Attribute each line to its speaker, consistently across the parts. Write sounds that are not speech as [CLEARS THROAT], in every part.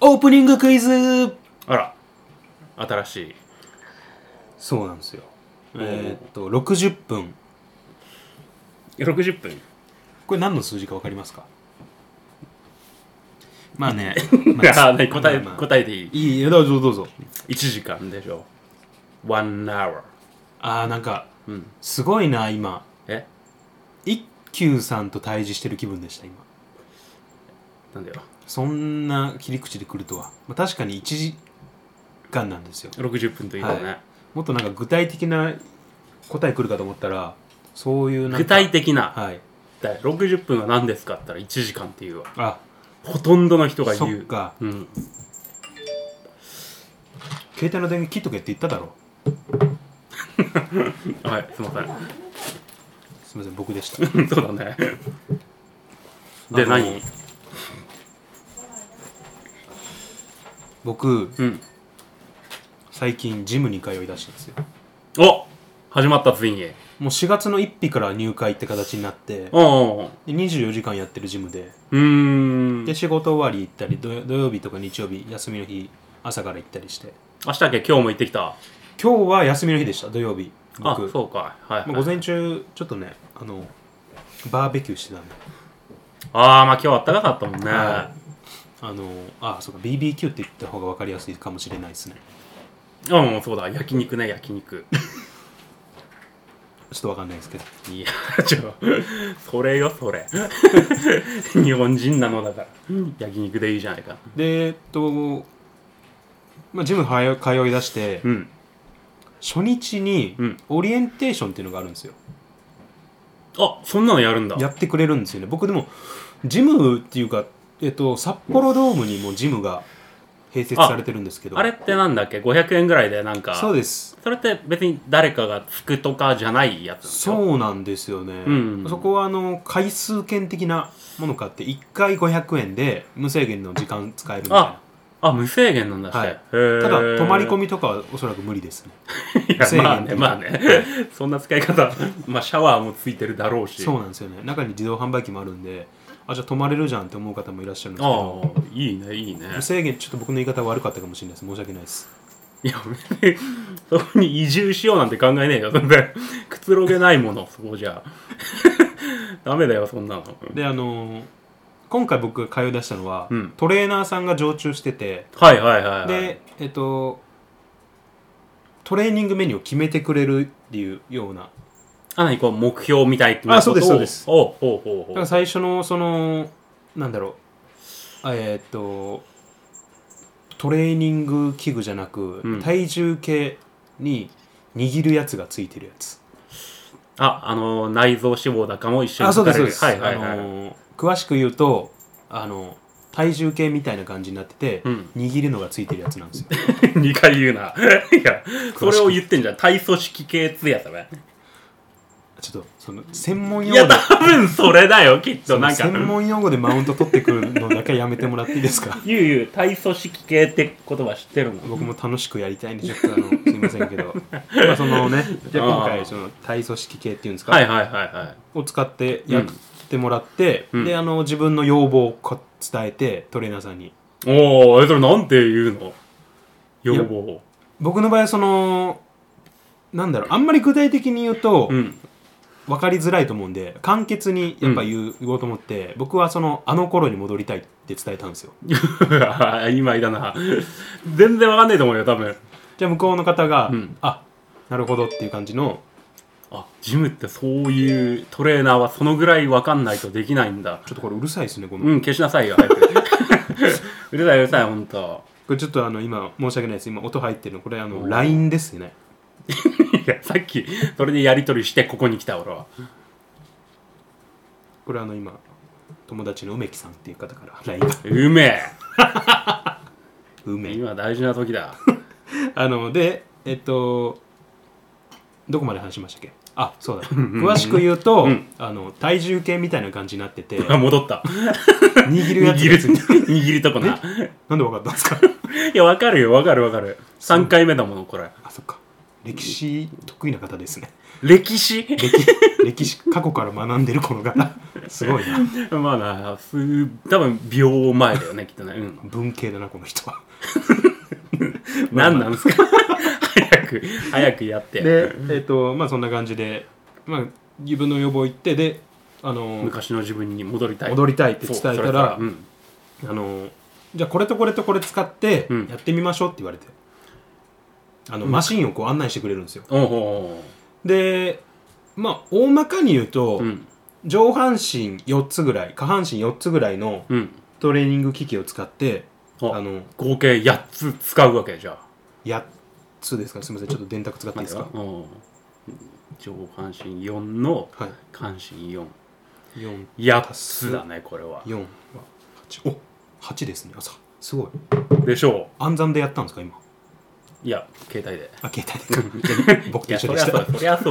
Speaker 1: オープニングクイズ
Speaker 2: あら新しい
Speaker 1: そうなんですよ
Speaker 2: お
Speaker 1: え
Speaker 2: ー
Speaker 1: ーっと60分
Speaker 2: 60分
Speaker 1: これ何の数字かわかりますかまあ [LAUGHS] ね
Speaker 2: あー何答え
Speaker 1: まあまあ
Speaker 2: 答えていい
Speaker 1: いいよどうぞどうぞ
Speaker 2: 1時間でしょ One hour
Speaker 1: あーなんか
Speaker 2: うん
Speaker 1: すごいな今
Speaker 2: え
Speaker 1: 一休さんと対峙してる気分でした今
Speaker 2: なんだよ
Speaker 1: そんな切り口で来るとは、まあ、確かに1時間なんですよ
Speaker 2: 60分というとね、
Speaker 1: はもっとなんか具体的な答え来るかと思ったらそういうなんか
Speaker 2: 具体的な、
Speaker 1: はい
Speaker 2: だい60分は何ですかって言ったら1時間っていうわ
Speaker 1: あ
Speaker 2: ほとんどの人が
Speaker 1: そ
Speaker 2: 言
Speaker 1: っ
Speaker 2: う
Speaker 1: か
Speaker 2: うん、
Speaker 1: 携帯の電源切っとけって言っただろ
Speaker 2: はいすいま
Speaker 1: すみません僕でした [LAUGHS]
Speaker 2: せんそうだね [LAUGHS] で
Speaker 1: あの
Speaker 2: 何
Speaker 1: 僕
Speaker 2: うん
Speaker 1: 最近ジムに通い出したんですよ
Speaker 2: お始まったついに
Speaker 1: もう4月の1日から入会って形になって
Speaker 2: おう
Speaker 1: で24時間やってるジムで
Speaker 2: うーん
Speaker 1: で仕事終わり行ったり土土曜日とか日曜日休みの日朝から行ったりして
Speaker 2: 明日だっけ今日も行ってきた
Speaker 1: 今日は休みの日でした土曜日
Speaker 2: あ
Speaker 1: 僕
Speaker 2: そうかはい、はい
Speaker 1: まあ、午前中ちょっとねあのバーベキューしてたんで
Speaker 2: ああまあ今日あったかかったもんね、
Speaker 1: はあのあそうか BBQ って言った方が分かりやすいかもしれないですね
Speaker 2: うんそうだ焼肉ね焼肉
Speaker 1: [LAUGHS] ちょっと分かんないですけど
Speaker 2: いやちょそれよそ
Speaker 1: [LAUGHS]
Speaker 2: れ日本人なのだから焼肉でいいじゃないか
Speaker 1: でえっと、まあ、ジムはよ通いだして
Speaker 2: うん
Speaker 1: 初日に
Speaker 2: うん
Speaker 1: オリエンテーションっていうのがあるんですよ
Speaker 2: あそんなのやるんだ
Speaker 1: やってくれるんですよね僕でもジムっていうか、えっと、札幌ドームにもジムが併設されてるんですけど
Speaker 2: あれってなんだっけ500円ぐらいでなんか
Speaker 1: そうです
Speaker 2: それって別に誰かがつくとかじゃないやつなんですよ
Speaker 1: そうなんですよね、
Speaker 2: うん
Speaker 1: そこはあの回数券的なもの買って1回500円で無制限の時間使えるみたいな
Speaker 2: ああ無制限なんだして、
Speaker 1: はい
Speaker 2: へー
Speaker 1: ただ泊まり込みとかはおそらく無理ですね
Speaker 2: いや
Speaker 1: 制限
Speaker 2: まあね
Speaker 1: 的
Speaker 2: まあねそんな使い方まあシャワーもついてるだろうし
Speaker 1: そうなんですよね中に自動販売機もあるんであじゃあ泊まれるじゃんって思う方もいらっしゃるんですけ
Speaker 2: あ
Speaker 1: ど
Speaker 2: あいいねいいね
Speaker 1: 無制限ちょっと僕の言い方悪かったかもしれないです申し訳ないです
Speaker 2: いや別にそこに移住しようなんて考えねえよ全然くつろげないものそこじゃ [LAUGHS] ダメだよそんなの
Speaker 1: であのー今回僕が通い出したのは、
Speaker 2: うん
Speaker 1: トレーナーさんが常駐してて
Speaker 2: はいはいはい、はい、
Speaker 1: でえっとトレーニングメニューを決めてくれるっていうような
Speaker 2: あ何こう目標みたいってなこと
Speaker 1: あそうですそうです
Speaker 2: おうほうほう
Speaker 1: だ
Speaker 2: ほ
Speaker 1: か
Speaker 2: う
Speaker 1: ら最初のそのなんだろうあえーっとトレーニング器具じゃなく、
Speaker 2: うん
Speaker 1: 体重計に握るやつがついてるやつ
Speaker 2: あ、あの内臓脂肪だかも一緒に
Speaker 1: あそうです
Speaker 2: 測
Speaker 1: そう
Speaker 2: れ
Speaker 1: で
Speaker 2: る
Speaker 1: す、
Speaker 2: はいはいはい。
Speaker 1: あのー詳しく言うとあの体重計みたいな感じになってて、
Speaker 2: うん
Speaker 1: 握るのがついてるやつなんですよ
Speaker 2: 2回言うな。 [LAUGHS] いや、それを言ってんじゃん。体組織系ってやつだね。
Speaker 1: ちょっとその専門
Speaker 2: い
Speaker 1: 用
Speaker 2: や、
Speaker 1: 語
Speaker 2: 多分それだよ、きっと。
Speaker 1: その
Speaker 2: なんか、
Speaker 1: 専門用語でマウント取ってくるのだけはやめてもらっていいです
Speaker 2: [LAUGHS]
Speaker 1: か
Speaker 2: ゆうゆう、体組織系って言葉知ってるの
Speaker 1: 僕も楽しくやりたいんでちょっとあのすいませんけ
Speaker 2: [LAUGHS]
Speaker 1: どまあそのねじゃあ今
Speaker 2: あー
Speaker 1: 回その体組織系っていうんですか、
Speaker 2: はいはいはいはい。
Speaker 1: を使ってやってもらって、
Speaker 2: うん
Speaker 1: であの自分の要望をこ伝えてトレーナーさんに
Speaker 2: おー、えそれなんて言うの要望。
Speaker 1: 僕の場合はそのなんだろうあんまり具体的に言うと、
Speaker 2: うん。
Speaker 1: 分かりづらいと思うんで簡潔にやっぱ言う,、言おうと思って僕はそのあの頃に戻りたいって伝えたんですよ
Speaker 2: [LAUGHS] 曖昧だな。全然わかんないと思うよ、多分。
Speaker 1: じゃあ向こうの方が、
Speaker 2: うん
Speaker 1: あなるほどっていう感じの
Speaker 2: あ、ジムってそういうトレーナーはそのぐらいわかんないとできないんだ。
Speaker 1: ちょっとこれうるさいですねこの、
Speaker 2: うん、消しなさいよ、早く。 [LAUGHS] うるさい、うるさい、ほんと。
Speaker 1: これちょっとあの今申し訳ないです今音入ってるのこれあ
Speaker 2: お
Speaker 1: の
Speaker 2: ー
Speaker 1: LINE ですね
Speaker 2: いや、さっき、それでやりとりして、ここに来た、俺は。
Speaker 1: これあの今友達の梅木さんっていう方から [LAUGHS] LINE
Speaker 2: うめえ
Speaker 1: 梅
Speaker 2: 今大事な時だ。
Speaker 1: あのでえっとどこまで話しましたっけあそうだ詳しく言うと、
Speaker 2: うん
Speaker 1: あの体重計みたいな感じになってて
Speaker 2: あ、戻った。
Speaker 1: 握るやつ
Speaker 2: 握る、
Speaker 1: がついて
Speaker 2: 握るとこな。
Speaker 1: なんで分かったんですか
Speaker 2: いや、わかるよ、わかるわかる。3回目だもの、これ。
Speaker 1: あそっか歴史得意な方ですね
Speaker 2: 歴史
Speaker 1: 歴歴史過去から学んでるこの柄すごいな
Speaker 2: [LAUGHS] まあな、す多分秒前だよね、きっとね。うん。
Speaker 1: 文系だなこの人は
Speaker 2: 何なんですか [LAUGHS] 早く、早くやって。
Speaker 1: でえっ、とまあそんな感じで、まあ、自分の予防行ってであの
Speaker 2: 昔の自分に戻りたい。
Speaker 1: 戻りたいって伝えたら
Speaker 2: そうそれからうん。
Speaker 1: あのじゃあこれとこれとこれ使って
Speaker 2: うん
Speaker 1: やってみましょうって言われて、あのマシンをこう案内してくれるんですよ
Speaker 2: おうお
Speaker 1: でまあ大まかに言うと、
Speaker 2: うおううん。
Speaker 1: 上半身4つぐらい下半身4つぐらいの
Speaker 2: うん。
Speaker 1: トレーニング機器を使って
Speaker 2: あ
Speaker 1: あの
Speaker 2: 合計8つ使うわけじゃあ。
Speaker 1: 8つですかすみませんちょっと電卓使っていいですか
Speaker 2: 待ってようん上半身4の
Speaker 1: はい
Speaker 2: 下半身4。
Speaker 1: 4
Speaker 2: 8つだね、これは。
Speaker 1: 4は8お八8ですね朝すごい
Speaker 2: でしょ
Speaker 1: 暗算でやったんですか今
Speaker 2: ういや、携帯で。
Speaker 1: あ携帯で [LAUGHS] 僕
Speaker 2: い
Speaker 1: と
Speaker 2: や、
Speaker 1: 一緒
Speaker 2: そ
Speaker 1: で
Speaker 2: りゃ
Speaker 1: した
Speaker 2: そうだ。そりゃ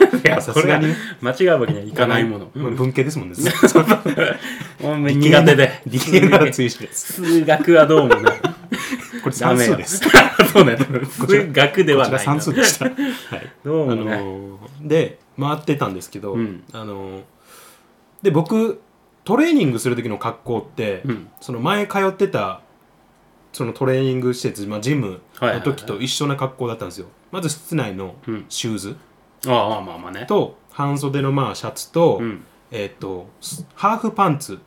Speaker 1: [LAUGHS]
Speaker 2: そうだ。いや、
Speaker 1: さ
Speaker 2: そ
Speaker 1: す
Speaker 2: れ
Speaker 1: が
Speaker 2: は
Speaker 1: にね
Speaker 2: 間違うわけにはいかないもの。
Speaker 1: まあ文系ですもんね
Speaker 2: ほんまに [LAUGHS] 苦手で。
Speaker 1: 理系なら追試
Speaker 2: [LAUGHS]
Speaker 1: です
Speaker 2: 数学はどうもね。
Speaker 1: これ [LAUGHS] 算数ですこ。
Speaker 2: [LAUGHS] そうね。数学では
Speaker 1: ち
Speaker 2: な
Speaker 1: ら
Speaker 2: い。
Speaker 1: 算数でした
Speaker 2: [LAUGHS]
Speaker 1: はい
Speaker 2: どう
Speaker 1: あ
Speaker 2: もね。
Speaker 1: のーで回ってたんですけど、
Speaker 2: うん
Speaker 1: あのーで僕トレーニングする時の格好って、
Speaker 2: うん
Speaker 1: その前通ってたそのトレーニング施設、まあ、ジムの時と一緒な格好だったんですよ、まず室内の
Speaker 2: うん
Speaker 1: シューズ
Speaker 2: ああ、まあまあまあね。
Speaker 1: と半袖のまあシャツと,、
Speaker 2: うん。
Speaker 1: えっとスハーフパンツ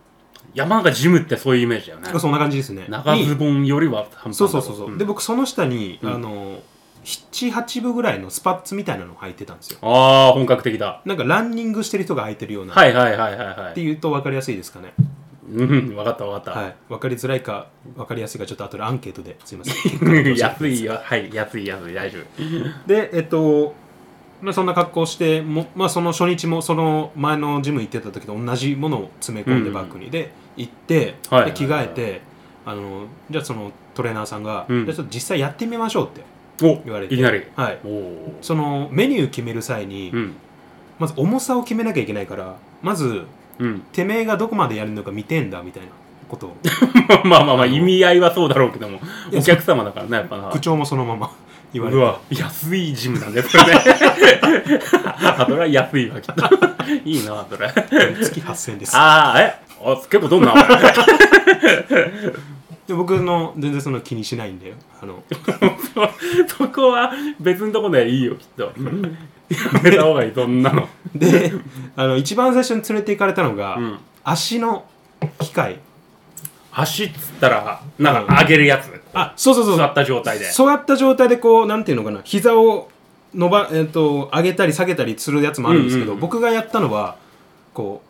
Speaker 2: 山中ジムってそういうイメージだよね。
Speaker 1: そんな感じですね
Speaker 2: 長
Speaker 1: に
Speaker 2: ズボンよりは半端
Speaker 1: そうそうそうそう、で
Speaker 2: で、
Speaker 1: 僕その下に、
Speaker 2: うん
Speaker 1: あの78分ぐらいのスパッツみたいなのを履いてたんですよ
Speaker 2: ああ、本格的だ。
Speaker 1: なんかランニングしてる人が履いてるような、
Speaker 2: はいはいはいはいは
Speaker 1: って
Speaker 2: い。
Speaker 1: いうと分かりやすいですかね
Speaker 2: うん、わかったわかった。
Speaker 1: はい分かりづらいか分かりやすいかちょっと後でアンケートですいません
Speaker 2: [LAUGHS] [LAUGHS] 安いよ。はい、安い安い、大丈夫。
Speaker 1: でえっとまあそんな格好しても、まあ、その初日もその前のジム行ってた時と同じものを詰め込んで
Speaker 2: うん
Speaker 1: バッグに、で行って、
Speaker 2: はい
Speaker 1: で着替えてあのじゃあそのトレーナーさんが、
Speaker 2: うん
Speaker 1: じゃあちょっと実際やってみましょうって
Speaker 2: お
Speaker 1: 言われて
Speaker 2: いきなり。
Speaker 1: はい
Speaker 2: おお。
Speaker 1: そのメニュー決める際に、
Speaker 2: うん。
Speaker 1: まず重さを決めなきゃいけないからまず
Speaker 2: うん。 [LAUGHS]
Speaker 1: てめえがどこまでやるのか見てんだみたいなことを
Speaker 2: まあまあまあ、意味合いはそうだろうけども、
Speaker 1: いや
Speaker 2: お客様だからね、やっぱな。
Speaker 1: 口調もそのまま [LAUGHS] 言われ
Speaker 2: う
Speaker 1: て
Speaker 2: わ、安いジムなんですよね。 [LAUGHS] あ、それは安いわ、きっと。 [LAUGHS] いいな、それ。
Speaker 1: 月8000です
Speaker 2: ああ、えあ結構どんなお前
Speaker 1: で僕の全然その気にしないんだよあの
Speaker 2: [LAUGHS] そこは別のとこでいいよ、きっと。や [LAUGHS] めた方がいい、そんなの。
Speaker 1: で [LAUGHS] あの一番最初に連れて行かれたのが、
Speaker 2: うん
Speaker 1: 足の機械
Speaker 2: 足っつったら、なんか上げるやつ。
Speaker 1: あそうそうそう
Speaker 2: 座った状態で。
Speaker 1: そうやった状態でこうなんていうのかな膝を伸ば、えっと上げたり下げたりするやつもあるんですけど、
Speaker 2: うんうんうん
Speaker 1: 僕がやったのはこ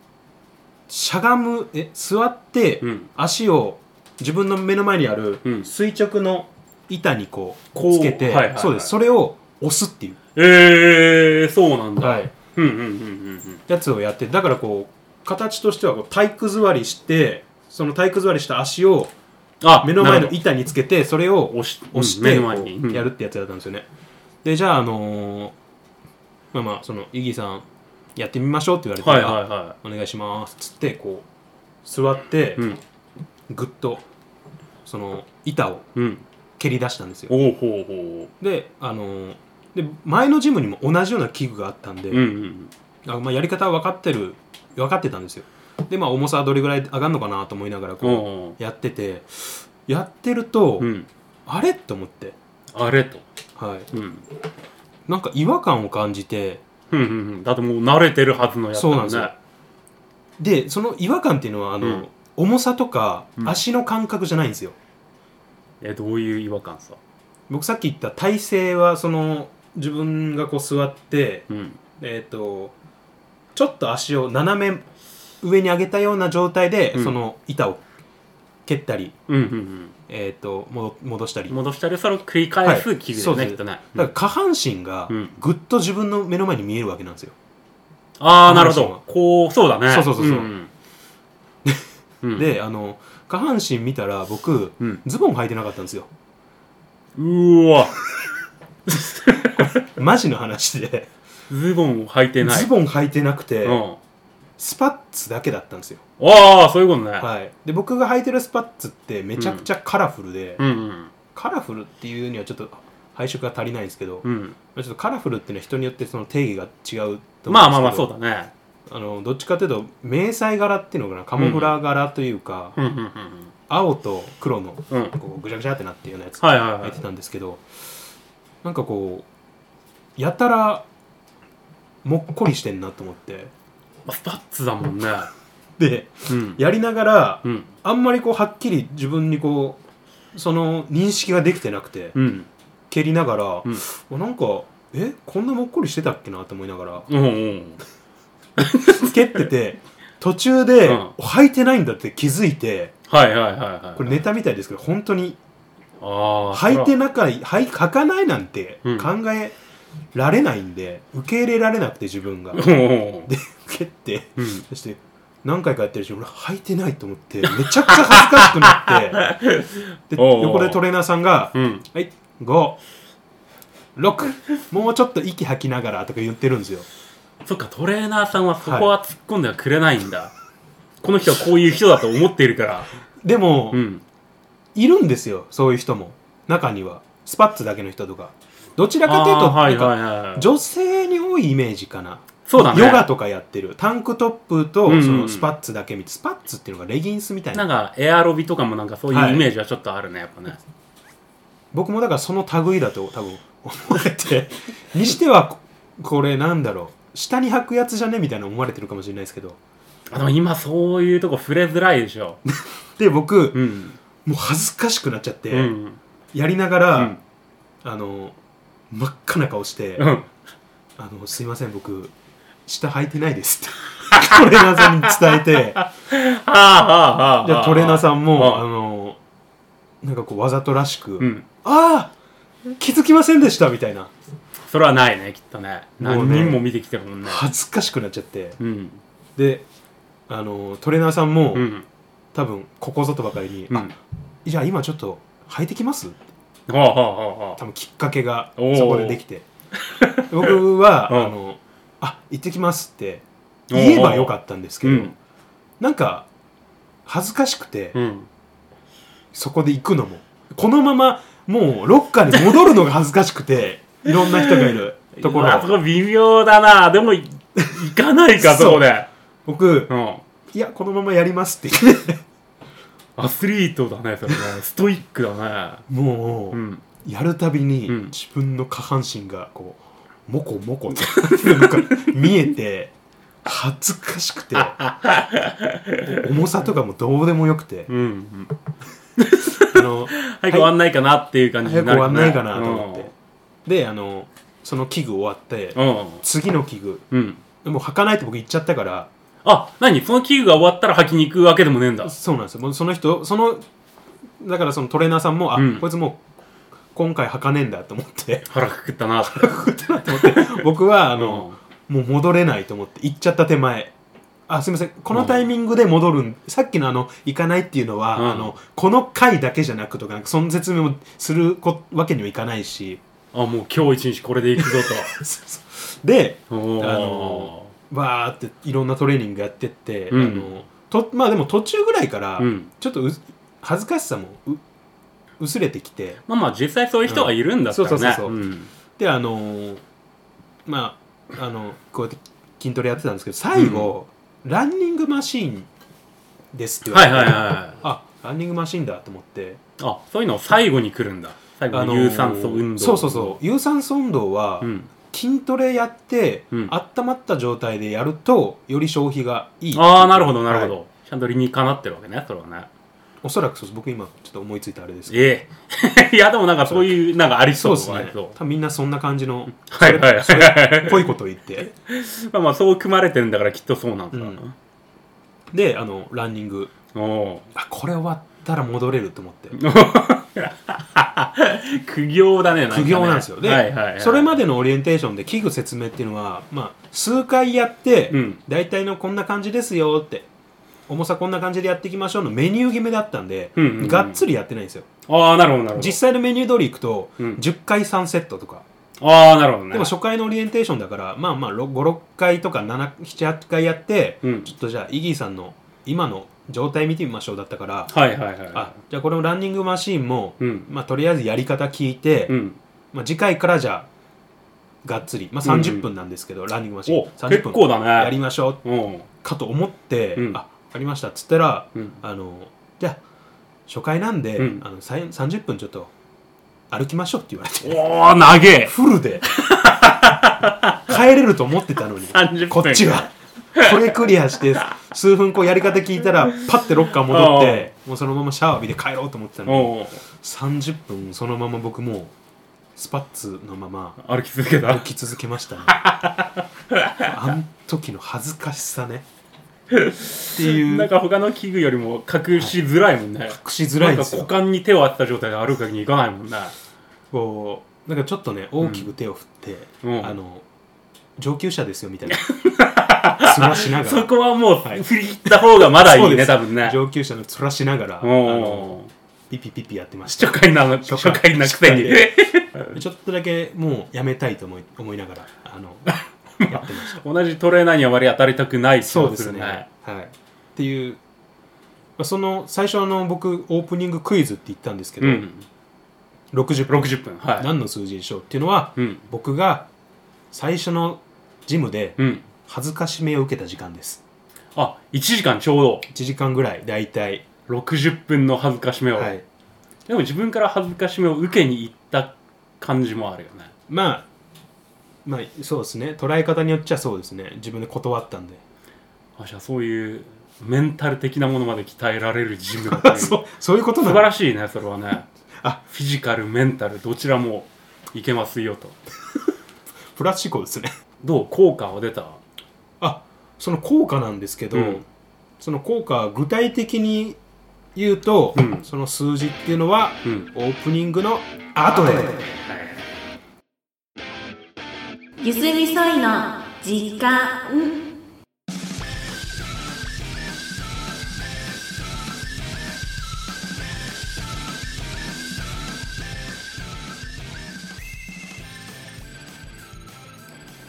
Speaker 1: うしゃがむえ座って、
Speaker 2: うん
Speaker 1: 足を自分の目の前にある
Speaker 2: うん
Speaker 1: 垂直の板にこ
Speaker 2: こ
Speaker 1: う
Speaker 2: う
Speaker 1: つけて、
Speaker 2: はいはいはい
Speaker 1: そうですそれを押すってい
Speaker 2: えー、そうなん
Speaker 1: う、
Speaker 2: だ。うんうんうんうん
Speaker 1: やつをやってだからこう形としてはこう体育座りしてその体育座りした足を
Speaker 2: うん。あ、
Speaker 1: 目の前
Speaker 2: なる
Speaker 1: の
Speaker 2: ほど
Speaker 1: 板につけてそれを
Speaker 2: 押し
Speaker 1: 押し
Speaker 2: うん目
Speaker 1: て
Speaker 2: の前に
Speaker 1: こうや
Speaker 2: る。
Speaker 1: るってやつだったんですよね、でじゃああのーまあまあそのイギーさんやってみましょうって言われた
Speaker 2: はい
Speaker 1: ら、
Speaker 2: はいは
Speaker 1: お願いしますっつってこう座って
Speaker 2: い。うん。
Speaker 1: ぐっとその板を
Speaker 2: うん。
Speaker 1: 蹴り出したんですよ
Speaker 2: おうほうほ
Speaker 1: であのーで前のジムにも同じような器具があったんで、
Speaker 2: う。うんうん。
Speaker 1: あまあ、やり方は分かってる分かってたんですよでまあ重さはどれぐらい上がるのかなと思いながら
Speaker 2: おう
Speaker 1: こ
Speaker 2: おう
Speaker 1: うやっててやってると、
Speaker 2: うん。
Speaker 1: あれと思って、
Speaker 2: あれと。
Speaker 1: はい、
Speaker 2: うん。
Speaker 1: なんか違和感を感じて
Speaker 2: うんうんうん。だってもう慣れてるはずのやつだ
Speaker 1: そう
Speaker 2: も
Speaker 1: なん
Speaker 2: ね。
Speaker 1: ですよでその違和感っていうのはあの、
Speaker 2: うん
Speaker 1: 重さとか
Speaker 2: うん
Speaker 1: 足の感覚じゃないんですよ、
Speaker 2: え、どういう違和感さ。
Speaker 1: 僕さっき言った体勢はその自分がこう座って
Speaker 2: うん。
Speaker 1: えっ、とちょっと足を斜め上に上げたような状態で、
Speaker 2: うん
Speaker 1: その板を蹴ったり、
Speaker 2: うんうん
Speaker 1: えっと戻戻したり
Speaker 2: うん。戻したり、それを繰り返
Speaker 1: は
Speaker 2: す
Speaker 1: い
Speaker 2: 器具
Speaker 1: そ
Speaker 2: だ
Speaker 1: う
Speaker 2: よ
Speaker 1: で
Speaker 2: ね、
Speaker 1: す
Speaker 2: きっとね。
Speaker 1: だから下半身が
Speaker 2: うん
Speaker 1: ぐっと自分の目の前に見えるわけなんですよ、
Speaker 2: ああ、なるほ
Speaker 1: そう
Speaker 2: ど。こう、そうだね。
Speaker 1: そうそうそうそうん
Speaker 2: うん。で、
Speaker 1: であの下半身見たら僕
Speaker 2: うん。
Speaker 1: ズボン履いてなかったんですよ
Speaker 2: うーわ、
Speaker 1: マジの話で
Speaker 2: ズボンを履いてない。
Speaker 1: ズボン履いてなくて、
Speaker 2: うん。
Speaker 1: スパッツだけだったんですよ、
Speaker 2: ああ、そういうことね。
Speaker 1: はい、で僕が履いてるスパッツってめちゃくちゃカラフルで、
Speaker 2: うんうん。
Speaker 1: カラフルっていうにはちょっと配色が足りないんですけど、
Speaker 2: うん、
Speaker 1: まあちょっとカラフルっていうのは人によってその定義が違うと思うんですけど
Speaker 2: まあまあまあそうだね
Speaker 1: あのどっちかというと迷彩柄っていうのかなカモフラー柄というか、
Speaker 2: うんうん
Speaker 1: 青と黒の
Speaker 2: うんうんうん
Speaker 1: こうぐちゃぐちゃってなってるようなやつ
Speaker 2: はいはいは
Speaker 1: 入
Speaker 2: い
Speaker 1: ってたんですけどなんかこうやたらもっこりしてんなと思って
Speaker 2: まあスパッツだもんね
Speaker 1: で
Speaker 2: うん
Speaker 1: やりながら
Speaker 2: うん
Speaker 1: あんまりこうはっきり自分にこうその認識ができてなくて
Speaker 2: うん
Speaker 1: 蹴りながら、
Speaker 2: うん
Speaker 1: あなんかえこんなもっこりしてたっけなと思いながら
Speaker 2: うんうん
Speaker 1: 蹴ってて
Speaker 2: [LAUGHS]
Speaker 1: 途中で、
Speaker 2: うん
Speaker 1: 履いてないんだって気づいて
Speaker 2: はいはいはいはい
Speaker 1: これネタみたいですけど本当に
Speaker 2: ああ
Speaker 1: 履いて
Speaker 2: な
Speaker 1: なかい履い履かないなんて
Speaker 2: うん
Speaker 1: 考えられないんで、受け入れられなくて自分
Speaker 2: [LAUGHS]
Speaker 1: が
Speaker 2: うんうん
Speaker 1: 蹴って
Speaker 2: うん
Speaker 1: そして何回かやってるし俺履いてないと思ってめちゃくちゃ恥ずかしくなってで
Speaker 2: おうおう
Speaker 1: 横でトレーナーさんが
Speaker 2: うん
Speaker 1: 「はい56もうちょっと息吐きながら」とか言ってるんですよ
Speaker 2: そっかトレーナーさんはそこは突っ込んではくれないんだ、この人はこういう人だと思っているから
Speaker 1: でも、
Speaker 2: うん
Speaker 1: いるんですよそういう人も中にはスパッツだけの人とかどちらかというと
Speaker 2: あーはい
Speaker 1: なん
Speaker 2: は
Speaker 1: か
Speaker 2: いはい
Speaker 1: 女性に多いイメージかな
Speaker 2: そうだね
Speaker 1: ヨガとかやってるタンクトップと
Speaker 2: うんうん
Speaker 1: そのスパッツだけみたいスパッツっていうのがレギンスみたい
Speaker 2: な
Speaker 1: なん
Speaker 2: かエアロビとかもなんかそう
Speaker 1: はいいう
Speaker 2: イメージはちょっとあるねやっぱね
Speaker 1: 僕もだからその類だと多分思われてにしてはここれなんだろう下に履くやつじゃねみたいな思われてるかもしれないですけど
Speaker 2: あでも今そういうとこ触れづらいでしょ
Speaker 1: で僕、
Speaker 2: うん
Speaker 1: もう恥ずかしくなっちゃって、
Speaker 2: うん
Speaker 1: やりながら、
Speaker 2: うん
Speaker 1: あの真っ赤な顔して
Speaker 2: う
Speaker 1: 「
Speaker 2: ん
Speaker 1: あのすいません僕下履いてないです」ってトレーナーさんに伝えて
Speaker 2: は [LAUGHS] あはあはあ
Speaker 1: じゃあトレーナーさんも
Speaker 2: あ
Speaker 1: あのなんかこうわざとらしく「
Speaker 2: うん
Speaker 1: ああ気づきませんでした」みたいな
Speaker 2: それはないねきっとね
Speaker 1: もう
Speaker 2: 何
Speaker 1: ね
Speaker 2: 人も見てきてるもんね
Speaker 1: 恥ずかしくなっちゃって
Speaker 2: うん
Speaker 1: であのトレーナーさんも、
Speaker 2: うん
Speaker 1: 多分ここぞとばかりに「
Speaker 2: うん
Speaker 1: あじゃあ今ちょっと履いてきます?」
Speaker 2: はあはあはあはあ
Speaker 1: 多分きっかけが
Speaker 2: おー
Speaker 1: そこででき
Speaker 2: [LAUGHS]
Speaker 1: て僕は
Speaker 2: うん
Speaker 1: あのあ行ってきますって
Speaker 2: おー
Speaker 1: 言えばよかったんですけど、
Speaker 2: うん
Speaker 1: なんか恥ずかしくて、
Speaker 2: うん
Speaker 1: そこで行くのもこのままもうロッカーに戻るのが恥ずかしく
Speaker 2: [LAUGHS]
Speaker 1: ていろんな人がいるとこ
Speaker 2: うわそ
Speaker 1: ろ
Speaker 2: こ微妙だなでもい行かない
Speaker 1: [LAUGHS]
Speaker 2: か
Speaker 1: そう
Speaker 2: そこで
Speaker 1: 僕
Speaker 2: うん
Speaker 1: いやこのままやりますって言って
Speaker 2: アスリートだねそれねストイックだね
Speaker 1: もう、
Speaker 2: うん
Speaker 1: やるたびに
Speaker 2: うん
Speaker 1: 自分の下半身がこうモコモコってなんか見えて恥ずかしくて重さとかもどうでもよくて
Speaker 2: うんうん
Speaker 1: あの
Speaker 2: 早く終わんないかなっていう感じ
Speaker 1: 早く
Speaker 2: にな
Speaker 1: 終
Speaker 2: る
Speaker 1: わ
Speaker 2: よ
Speaker 1: ん
Speaker 2: ね
Speaker 1: ないかなと思ってであのその器具終わって次の器具
Speaker 2: うんうん
Speaker 1: もう履かないと僕言っちゃったから
Speaker 2: あ何その器具が終わったら履きに行くわけでもねえんだ
Speaker 1: そうなんですよもうその人そのだからそのトレーナーさんもあ、
Speaker 2: うん
Speaker 1: こいつもう今回履かねえんだと思って [LAUGHS]
Speaker 2: 腹くくったなって
Speaker 1: 僕はあ
Speaker 2: あ
Speaker 1: の、もう戻れないと思って行っちゃった手前あすいませんこのタイミングで戻るん、さっきのあの行かないっていうのは、
Speaker 2: うん
Speaker 1: あのこの回だけじゃなくとかなんかその説明をするこわけにはいかないし [LAUGHS]
Speaker 2: あもう今日一日これで行くぞ
Speaker 1: で [LAUGHS]
Speaker 2: とおー
Speaker 1: あのわーっていろんなトレーニングやってって、
Speaker 2: うん
Speaker 1: あのとまあでも途中ぐらいから、
Speaker 2: うん
Speaker 1: ちょっとう恥ずかしさもう薄れてきて
Speaker 2: まあまあ実際そういう人がいるんだったらね、
Speaker 1: うんそうそうそうそうんであのーまああのこうやって筋トレやってたんですけど最後、ランニングマシーンですって言われ
Speaker 2: はい
Speaker 1: て、
Speaker 2: はいはい
Speaker 1: あランニングマシーンだと思って
Speaker 2: あそういうの最後に来るんだ最後
Speaker 1: あの
Speaker 2: に
Speaker 1: ー
Speaker 2: 有酸素運動、
Speaker 1: そうそうそう有酸素運動は、
Speaker 2: うん、
Speaker 1: 筋トレやって、
Speaker 2: うん
Speaker 1: 温まった状態でやるとより消費がいい
Speaker 2: ああなるほどなるほど、
Speaker 1: はい
Speaker 2: ちゃんと理にかなってるわけねそれはね
Speaker 1: おそらくそうです僕今ちょっと思いついたあれですけど
Speaker 2: ええ [LAUGHS] いやでもなんかそういうなんかあり
Speaker 1: そ
Speaker 2: そうう
Speaker 1: です
Speaker 2: あ
Speaker 1: ね
Speaker 2: りそう
Speaker 1: 多分みんなそんな感じの
Speaker 2: はいはいはい
Speaker 1: それそれっぽいことを言って
Speaker 2: [LAUGHS] まあまあそう組まれてるんだからきっとそうなんだろうな、
Speaker 1: であのランニング
Speaker 2: おう
Speaker 1: あこれ終わったら戻れると思って
Speaker 2: 苦行だねかね
Speaker 1: 苦行なんですよで、
Speaker 2: はいはいはい、
Speaker 1: それま
Speaker 2: で
Speaker 1: でのオリエンテーションで器具説明っていうのは、まあ、数回やって、
Speaker 2: うん
Speaker 1: 大体のこんな感じですよって重さこんな感じでやっていきましょうのメニュー決めだったんで、
Speaker 2: うんうんうん
Speaker 1: がっつりやってないんですよ
Speaker 2: ああなるほどなるほど
Speaker 1: 実際のメニュー通りいくと、
Speaker 2: うん
Speaker 1: 10回3セットとか
Speaker 2: ああなるほどね
Speaker 1: でも初回のオリエンテーションだからまあまあ56回とか78回やって、
Speaker 2: うん
Speaker 1: ちょっとじゃあイギーさんの今の状態見てみましょうだったから
Speaker 2: はいはいはい
Speaker 1: あじゃあこのランニングマシーンも、
Speaker 2: うん
Speaker 1: まあ、とりあえずやり方聞いて、
Speaker 2: うん
Speaker 1: まあ、次回からじゃあがっつり、まあ、
Speaker 2: うん
Speaker 1: 30分なんですけど、ランニングマシン
Speaker 2: お
Speaker 1: 30
Speaker 2: 結
Speaker 1: 分
Speaker 2: 構だ
Speaker 1: やり
Speaker 2: ね
Speaker 1: ましょう
Speaker 2: うん
Speaker 1: かと思って、
Speaker 2: うん
Speaker 1: あ分かりましたっつったら
Speaker 2: うん
Speaker 1: あのじゃあ初回なんで、
Speaker 2: うん
Speaker 1: あのさい30分ちょっと歩きましょうって言われて
Speaker 2: おお長え
Speaker 1: フル
Speaker 2: [LAUGHS]
Speaker 1: で帰れると思ってたのに
Speaker 2: 30分
Speaker 1: こっちはこれクリアして数分こうやり方聞いたらパッてロッカー戻ってもうそのままシャワー浴びて帰ろうと思ってたのに
Speaker 2: おう
Speaker 1: 30分そのまま僕もうスパッツのまま
Speaker 2: 歩き続けた
Speaker 1: 歩き続けましたねあん時の恥ずかしさねってい
Speaker 2: なん
Speaker 1: う
Speaker 2: か他の器具よりも隠しづらいもんね、
Speaker 1: 隠しづらいんで
Speaker 2: なんか
Speaker 1: す
Speaker 2: 股
Speaker 1: よ
Speaker 2: 間に手を当てた状態で歩くわけにいかないもんね
Speaker 1: こうなんかちょっとね大きく手を振って、
Speaker 2: うん
Speaker 1: あの上級者ですよみたいなつらしなが
Speaker 2: そ
Speaker 1: ら
Speaker 2: こはもう振り切った方がまだい
Speaker 1: そ
Speaker 2: い
Speaker 1: で
Speaker 2: うね
Speaker 1: す
Speaker 2: 多分ね
Speaker 1: 上級者のつらしながらあ
Speaker 2: お
Speaker 1: の
Speaker 2: お
Speaker 1: ピピピピやってました
Speaker 2: 初回なの初
Speaker 1: 初回
Speaker 2: 回なくせに
Speaker 1: 初ちょっとだけもうやめたいと思い思いながらあ
Speaker 2: [LAUGHS]
Speaker 1: のやってました
Speaker 2: 同じトレーナーには割り当たりたくない気がする
Speaker 1: そうですねはいっていう、まあ、その最初の僕オープニングクイズって言ったんですけど、
Speaker 2: うん
Speaker 1: 60分
Speaker 2: 60分はい
Speaker 1: 何の数字でしょうっていうのは
Speaker 2: うん
Speaker 1: 僕が最初のジムで
Speaker 2: うん
Speaker 1: 恥ずかしめを受けた時間です
Speaker 2: あ1時間ちょう
Speaker 1: 1時間ぐらい大体
Speaker 2: ど60分の恥ずかしめを、
Speaker 1: はい
Speaker 2: でも自分から恥ずかしめを受けに行った感じもあるよね
Speaker 1: まあまあそうですね捉え方によっちゃそうですね自分で断ったんで
Speaker 2: あじゃあそういうメンタル的なものまで鍛えられるジムだったり
Speaker 1: そうそういうことな
Speaker 2: 素
Speaker 1: ん
Speaker 2: 晴
Speaker 1: だ
Speaker 2: らしいねそれはね
Speaker 1: [LAUGHS] あ
Speaker 2: フィジカルメンタルどちらもいけますよと
Speaker 1: プラス思考ですね [LAUGHS]
Speaker 2: どう効果は出た
Speaker 1: あその効果なんですけど、
Speaker 2: うん
Speaker 1: その効果は具体的に言うと、
Speaker 2: うん
Speaker 1: その数字っていうのは
Speaker 2: うん
Speaker 1: オープニングの後で
Speaker 3: ゆすみそいの時間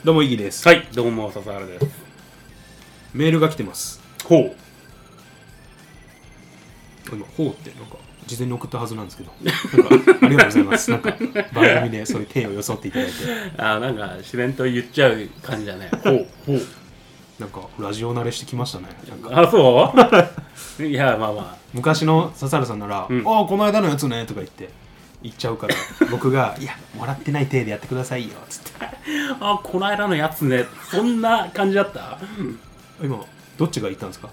Speaker 1: どうもイギです、
Speaker 2: はいどうも笹原です
Speaker 1: メールが来てます
Speaker 2: ほう
Speaker 1: 今「ほう」ってなんか事前に送ったはずなんですけどなんかありがとうございますなんか番組でそういう手をよそっていただいて
Speaker 2: あなんか自然と言っちゃう感じだねほうほう
Speaker 1: なんかラジオ慣れしてきましたねなんか
Speaker 2: あそう [LAUGHS] いやまあま
Speaker 1: 昔の笹原さんなら「
Speaker 2: うん
Speaker 1: ああこの間のやつね」とか言って言っちゃうから僕が「いやもらってない手でやってくださいよ」つって
Speaker 2: ああこの間のやつねそんな感じだった
Speaker 1: 今どっちが言ったんですか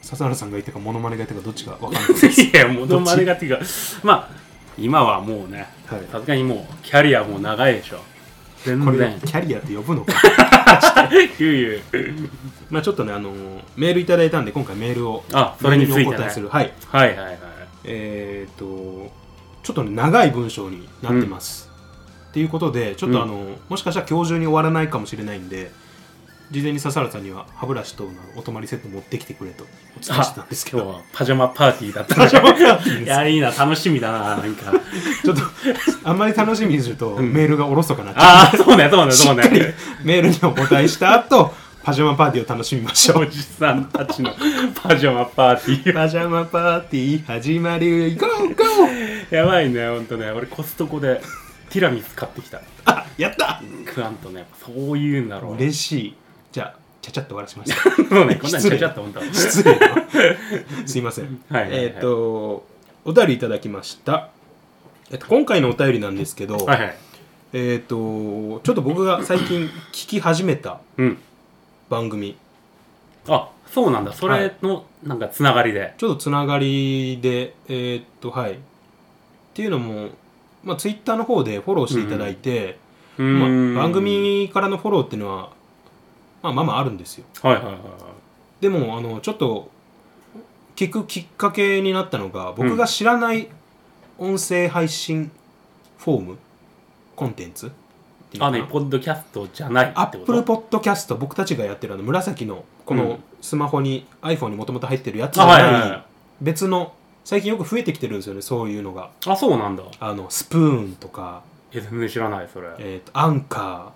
Speaker 1: 笹原さんが言ったかモノマネが言ったかどっちが分かんないです
Speaker 2: いやもとまれがっていうかまあ今はもうね
Speaker 1: はい
Speaker 2: さすがにもうキャリアも長いでしょ全 [LAUGHS]
Speaker 1: これ
Speaker 2: 然
Speaker 1: キャリアって呼ぶのか
Speaker 2: ゆうゆう
Speaker 1: まあちょっとねあのーメールいただいたんで今回メールを
Speaker 2: あそれについて
Speaker 1: メー
Speaker 2: ね
Speaker 1: ルお答えするはい
Speaker 2: はいはいはい
Speaker 1: えー、とちょっとね長い文章になってます。っていうことでちょっとあの、もしかしたら今日中に終わらないかもしれないんで事前に笹原さんには歯ブラシ等のお泊まりセット持ってきてくれとお伝えしてたんですけ
Speaker 2: 今日
Speaker 1: ど
Speaker 2: はパジャマパーティーだったねいやいいな楽しみだななんか
Speaker 1: ちょっとあんまり楽しみにすると、
Speaker 2: ん
Speaker 1: メールがおろそかになっちゃ
Speaker 2: ああそうねそうねそう
Speaker 1: うのでしっ
Speaker 2: ね
Speaker 1: かりメールにお答えした後パジャマパーティーを楽しみましょ
Speaker 2: お
Speaker 1: う。
Speaker 2: じさんたちのパジャマパーティー
Speaker 1: パジャマパーティー始まる行こう行こう
Speaker 2: やばいね、ほんとね。俺コストコでティラミス買ってきた。
Speaker 1: あやった
Speaker 2: 食わんとね、そういうんだろう。
Speaker 1: 嬉しいじゃあちゃちゃっと終わらしました。
Speaker 2: そうね、こんなんち
Speaker 1: 失
Speaker 2: ゃ
Speaker 1: 礼
Speaker 2: ちゃっとほんと。
Speaker 1: 失
Speaker 2: [LAUGHS]
Speaker 1: 礼なすいません
Speaker 2: はいはいはい
Speaker 1: えっ、とお便りいただきました、えっと今回のお便りなんですけど、
Speaker 2: はいはい。
Speaker 1: えっ、とちょっと僕が最近聞き始めた
Speaker 2: うん。
Speaker 1: 番組
Speaker 2: あ、そうなんだ。それの、なんかつながりで。
Speaker 1: ちょっとつながりでえっ、とはいっていうのもまあ、ツイッターの方でフォローしていただいて、
Speaker 2: う
Speaker 1: ま
Speaker 2: ーん
Speaker 1: あ、番。組からのフォローっていうのは、まあ、まあまああるんですよ
Speaker 2: はいはいはいはい。
Speaker 1: でもあのちょっと聞くきっかけになったのが僕が知らない音声配信フォーム、コンテンツっていう
Speaker 2: あ、
Speaker 1: のか
Speaker 2: ね、
Speaker 1: な
Speaker 2: ポッドキャストじゃない
Speaker 1: ア
Speaker 2: って
Speaker 1: ッ
Speaker 2: こ
Speaker 1: プル
Speaker 2: と
Speaker 1: ポッドキャスト僕たちがやってるあの紫のこ
Speaker 2: う
Speaker 1: の
Speaker 2: ん
Speaker 1: スマホに、iPhone にもともと入ってるやつじ
Speaker 2: あ、
Speaker 1: ゃ
Speaker 2: はいはい
Speaker 1: な
Speaker 2: はい
Speaker 1: 別の最近よく増えてきてるんですよねそういうのが
Speaker 2: い。あ、そうなんだ。
Speaker 1: あのスプーンとか、
Speaker 2: え、全然知らない、それ。
Speaker 1: えー、とアンカ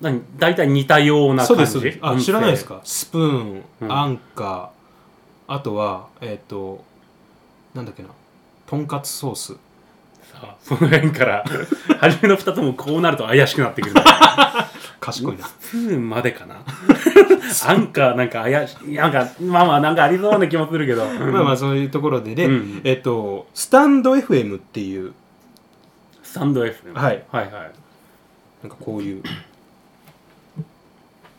Speaker 2: 何大体似たよう
Speaker 1: ー
Speaker 2: な
Speaker 1: そう
Speaker 2: 感
Speaker 1: で
Speaker 2: じ
Speaker 1: すそうですあ知らないですかスプーン、
Speaker 2: うん
Speaker 1: アンカーあとはえっ、となんだっけなとんかつソース
Speaker 2: 音声さその辺から [LAUGHS] 初めの2つもこうなると怪しくなってくるから
Speaker 1: 賢いな
Speaker 2: 2までかな [LAUGHS] アンカーなんか怪しいなんかまあまあなんかありそうな気もするけど
Speaker 1: [LAUGHS] まあまあそういうところでね、
Speaker 2: うん
Speaker 1: えっとスタンド FM っていう
Speaker 2: スタンド F ね、
Speaker 1: はい
Speaker 2: はいはい
Speaker 1: なんかこういう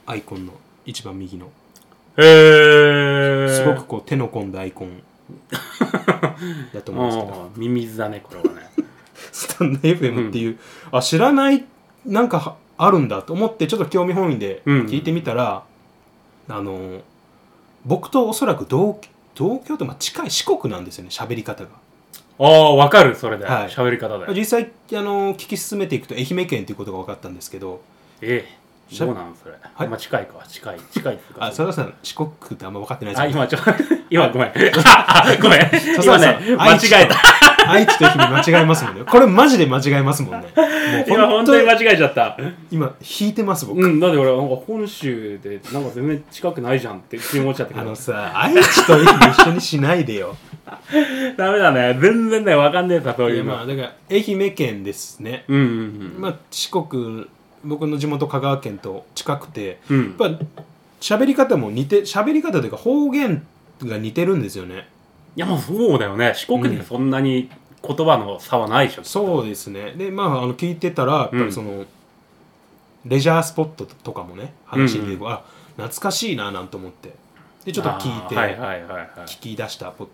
Speaker 1: アイコンの一番右の
Speaker 2: へえ
Speaker 1: すごくこう手の込んだアイコンだと思うんですけど
Speaker 2: ああミミズだねこれはね [LAUGHS]
Speaker 1: スタンド FM っていう、あ知らないなんかはあるんだと思ってちょっと興味本位で
Speaker 2: うん
Speaker 1: 聞いてみたら、あの僕とおそらく同同居とまあ近い四国なんですよね喋り方が
Speaker 2: ああわかるそれで
Speaker 1: はい
Speaker 2: 喋、り方で
Speaker 1: 実際あの聞き進めていくと愛媛県ということが分かったんですけど
Speaker 2: ええ
Speaker 1: しゃ
Speaker 2: どうなんそれ、
Speaker 1: い
Speaker 2: まあ近いか近い近いっつうか
Speaker 1: あ佐
Speaker 2: そ
Speaker 1: 々さん四国ってあんま分かってないうです
Speaker 2: あ
Speaker 1: よね
Speaker 2: 今ちょ [LAUGHS] 今ごめんあごめん
Speaker 1: 笹
Speaker 2: 今
Speaker 1: 原さん
Speaker 2: ね間違えた
Speaker 1: 愛知と愛媛間違えますもんねこれマジで間違えますもん
Speaker 2: [LAUGHS]
Speaker 1: ねも
Speaker 2: 今
Speaker 1: う
Speaker 2: 本
Speaker 1: 本
Speaker 2: 当
Speaker 1: 当
Speaker 2: に
Speaker 1: に
Speaker 2: 間違えちゃった
Speaker 1: 今引いてます僕、
Speaker 2: うんだって俺なんか本州でなんか全然近くないじゃんって気持ちだったけ
Speaker 1: あ
Speaker 2: ど
Speaker 1: のさ愛知と愛媛一緒にしないでよ
Speaker 2: [LAUGHS] ダメだね全然ねわかんねえさ [LAUGHS] そういう
Speaker 1: で
Speaker 2: の、
Speaker 1: まあだから愛媛県ですね、
Speaker 2: うんうんうん、
Speaker 1: まあ四国僕の地元香川県と近くて
Speaker 2: うん、
Speaker 1: やっぱ喋り方も似て喋り方というか方言が似てるんですよね
Speaker 2: いやまあそうだよね四国でそんなに言葉の差はないでしょ、
Speaker 1: そうですねでまああの聞いてたらやっぱりその、レジャースポットとかもね話に出て、あ懐かしいななんて思ってでちょっと聞いて、
Speaker 2: あーはいはいはいはい
Speaker 1: 聞き出したポ、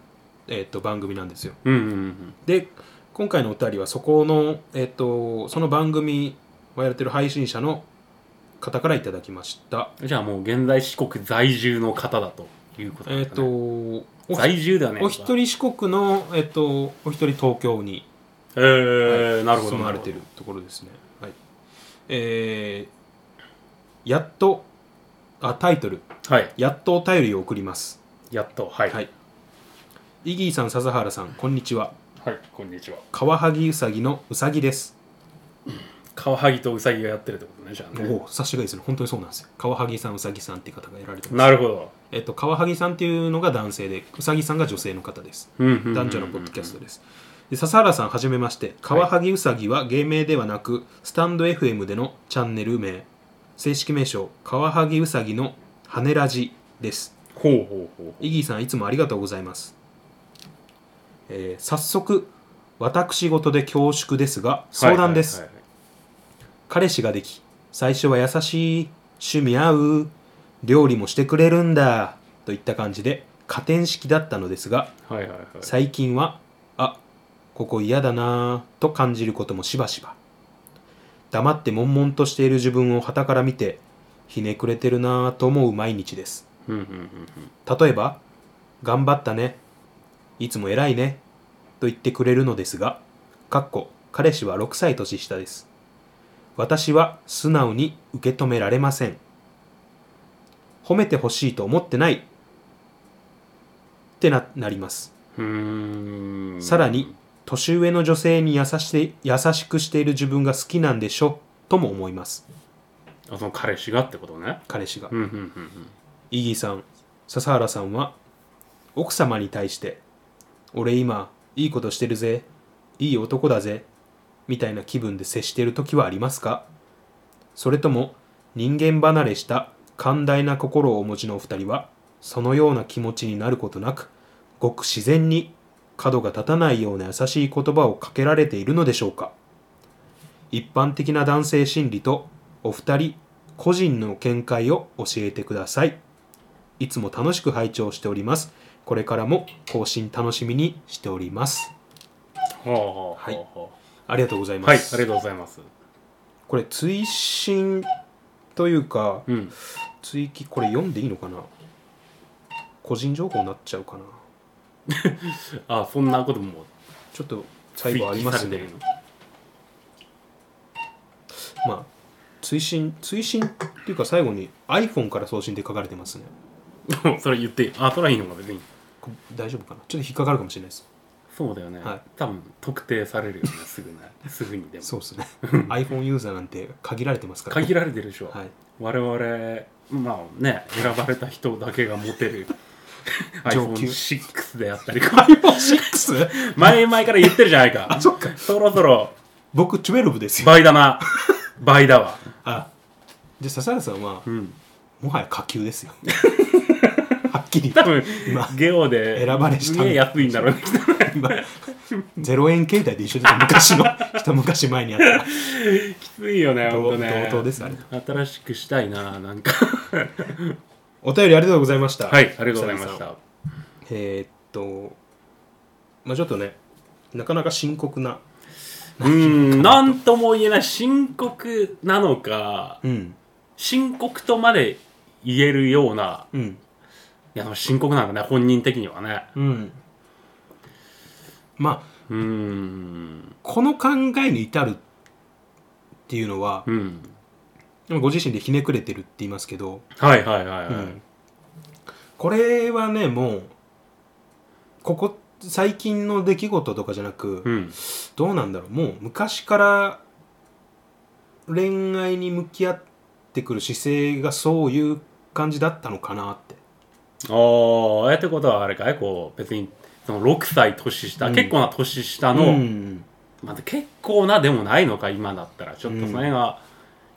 Speaker 1: えー、と番組なんですよ
Speaker 2: うんうんうん
Speaker 1: で今回のお二人はそこの、えー、とその番組をやってる配信者の方からいただきました
Speaker 2: じゃあもう現在四国在住の方だということ
Speaker 1: え
Speaker 2: で
Speaker 1: っ、
Speaker 2: すか
Speaker 1: と
Speaker 2: ね、
Speaker 1: お
Speaker 2: 在住だよね
Speaker 1: お一人四国の、えー、とお一人東京に
Speaker 2: えーなるほど
Speaker 1: 住まわれてるところですねはいえーやっとあタイトル
Speaker 2: はい
Speaker 1: 「やっとお便りを送ります
Speaker 2: やっとは」い
Speaker 1: はいイギーさん笹原さんこんにちは
Speaker 2: はい、こんにちは
Speaker 1: カワハギウサギのうさぎです
Speaker 2: カワハギとウサギがやってるってことねじゃあね
Speaker 1: おお察しがいいですね本当にそうなんですよカワハギさんウサギさんっていう方がやられてます
Speaker 2: なるほど、
Speaker 1: えっとカワハギさんっていうのが男性でウサギさんが女性の方です
Speaker 2: うんうんうんうん
Speaker 1: 男女のポッドキャストですで笹原さんはじめましてカワハギウサギは芸名ではなくスタンド FM でのチャンネル名正式名称カワハギウサギの羽根ラジです
Speaker 2: ほうほうほう
Speaker 1: イギーさんいつもありがとうございます、えー早速私事で恐縮ですが相談です、
Speaker 2: はいはいはい
Speaker 1: 彼氏ができ最初は優しい趣味合う料理もしてくれるんだといった感じで加点式だったのですが
Speaker 2: はいはいはい
Speaker 1: 最近はあここ嫌だなぁと感じることもしばしば黙って悶々としている自分を傍から見てひねくれてるなぁと思う毎日です
Speaker 2: うんうんうんうん
Speaker 1: 例えば「頑張ったね」「いつも偉いね」と言ってくれるのですがかっこ彼氏は6歳年下です私は素直に受け止められません褒めてほしいと思ってないってななります
Speaker 2: うーん
Speaker 1: さらに年上の女性に優し優しくしている自分が好きなんでしょとも思います
Speaker 2: あその彼氏がってことね
Speaker 1: 彼氏が
Speaker 2: うんうんうんうん
Speaker 1: イギーさん笹原さんは奥様に対して「俺今いいことしてるぜいい男だぜ」みたいな気分で接している時はありますかそれとも人間離れした寛大な心をお持ちのお二人はそのような気持ちになることなくごく自然に角が立たないような優しい言葉をかけられているのでしょうか一般的な男性心理とお二人個人の見解を教えてくださいいつも楽しく拝聴しておりますこれからも更新楽しみにしております
Speaker 2: はあはあはあは
Speaker 1: ありがとうござい
Speaker 2: あ
Speaker 1: ま
Speaker 2: はい
Speaker 1: す、
Speaker 2: ありがとうございます
Speaker 1: これ追伸というか
Speaker 2: うん
Speaker 1: 追記これ読んでいいのかな個人情報になっちゃうかな
Speaker 2: あそんなことも
Speaker 1: ちょっと最後ありますね
Speaker 2: 追記
Speaker 1: まあ追伸追伸っていうか最後に iPhone から送信って書かれてますね
Speaker 2: されてるの [LAUGHS] それ言っていいあそれはいいのか別に
Speaker 1: こ大丈夫かなちょっと引っかかるかもしれないです
Speaker 2: そうだよね、
Speaker 1: はい
Speaker 2: 多分特定されるよねすぐねすぐにで
Speaker 1: [LAUGHS]
Speaker 2: も
Speaker 1: そう
Speaker 2: [LAUGHS]
Speaker 1: ですね iPhone ユーザーなんて限られてますから
Speaker 2: 限られてるでしょ、
Speaker 1: はい
Speaker 2: 我々まあね選ばれた人だけが持てる
Speaker 1: [LAUGHS] 上級
Speaker 2: iPhone6 であったり [LAUGHS]
Speaker 1: iPhone6?
Speaker 2: 前々から言ってるじゃないか
Speaker 1: あそっか
Speaker 2: そろそろ
Speaker 1: 僕12ですよ
Speaker 2: 倍だな倍だわ
Speaker 1: あじゃあ笹原さんは、
Speaker 2: ん
Speaker 1: もはや下級
Speaker 2: [LAUGHS]
Speaker 1: ですよはっきり
Speaker 2: 多分
Speaker 1: 今
Speaker 2: ゲオで
Speaker 1: 選ばれした
Speaker 2: すげえ安いんだろうね
Speaker 1: 今0円携帯で一緒に昔
Speaker 2: [LAUGHS]
Speaker 1: の一昔前にあった
Speaker 2: きついよね
Speaker 1: 同
Speaker 2: ほんとね
Speaker 1: 同等ですあれ
Speaker 2: 新しくしたいななんか
Speaker 1: お便りありがとうございました
Speaker 2: はいありがとうございまし
Speaker 1: 笹原さん
Speaker 2: た
Speaker 1: えーっとまあちょっとねなかなか深刻な
Speaker 2: うーんなんとも言えない深刻なのか
Speaker 1: うん
Speaker 2: 深刻とまで言えるような
Speaker 1: うん
Speaker 2: いや深刻なんだね本人的にはね
Speaker 1: うんまあ
Speaker 2: うーん
Speaker 1: この考えに至るっていうのは
Speaker 2: う、ん
Speaker 1: ご自身でひねくれてるって言いますけど、
Speaker 2: はいはいはいはい、
Speaker 1: うんこれはねもうここ最近の出来事とかじゃなく、
Speaker 2: うん、
Speaker 1: どうなんだろうもう昔から恋愛に向き合ってくる姿勢がそういう感じだったのかなって
Speaker 2: おーえってことはあれかいこう別にその6歳年下、
Speaker 1: うん
Speaker 2: 結構な年下の、
Speaker 1: うん
Speaker 2: まあ、結構なでもないのか今だったらちょっとその辺が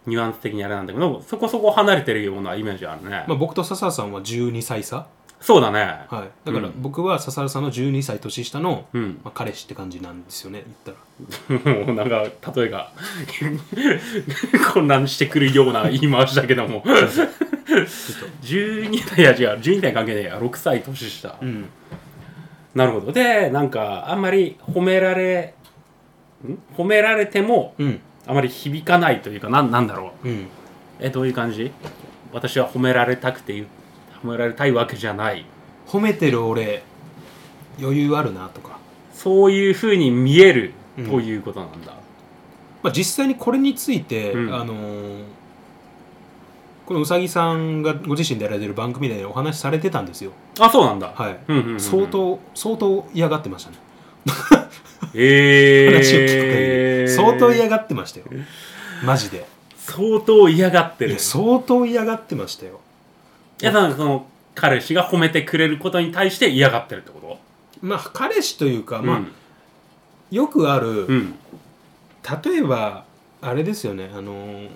Speaker 2: ニュアンス的にあれなんだけど、そこそこ離れてるようなイメージあるね、
Speaker 1: まあ、僕と笹原さんは12歳差、
Speaker 2: そうだね
Speaker 1: はい、だから
Speaker 2: うん
Speaker 1: 僕は笹原さんの12歳年下の、
Speaker 2: うん [LAUGHS]
Speaker 1: まあ、彼氏って感じなんですよね言ったら
Speaker 2: もうなんか例えが [LAUGHS] 混乱してくるような言い回しだけども12歳いや違う12歳関係ねえや6歳年下、
Speaker 1: うん
Speaker 2: なるほどでなんかあんまり褒められん褒められても
Speaker 1: うん
Speaker 2: あまり響かないというかなんなんだろう
Speaker 1: うん
Speaker 2: えどういう感じ私は褒められたくて言う褒められたいわけじゃない
Speaker 1: 褒めてる俺余裕あるなとか、
Speaker 2: そういうふうに見える
Speaker 1: うん
Speaker 2: ということなんだ、
Speaker 1: まあ、実際にこれについて、
Speaker 2: うん
Speaker 1: あのーこのうさぎさんがご自身でやられてる番組でお話しされてたんですよ
Speaker 2: あそうなんだ、
Speaker 1: はい、
Speaker 2: うんうんうんうん
Speaker 1: 相当相当嫌がってましたね
Speaker 2: えー、
Speaker 1: 話を聞く限り相当嫌がってましたよマジで
Speaker 2: 相当嫌がって
Speaker 1: い
Speaker 2: る
Speaker 1: や相当嫌がってましたよ
Speaker 2: いやなんかその彼氏が褒めてくれることに対して嫌がってるってこと
Speaker 1: まあ彼氏というか、まあ
Speaker 2: うん
Speaker 1: よくある、
Speaker 2: うん
Speaker 1: 例えばあれですよねあのー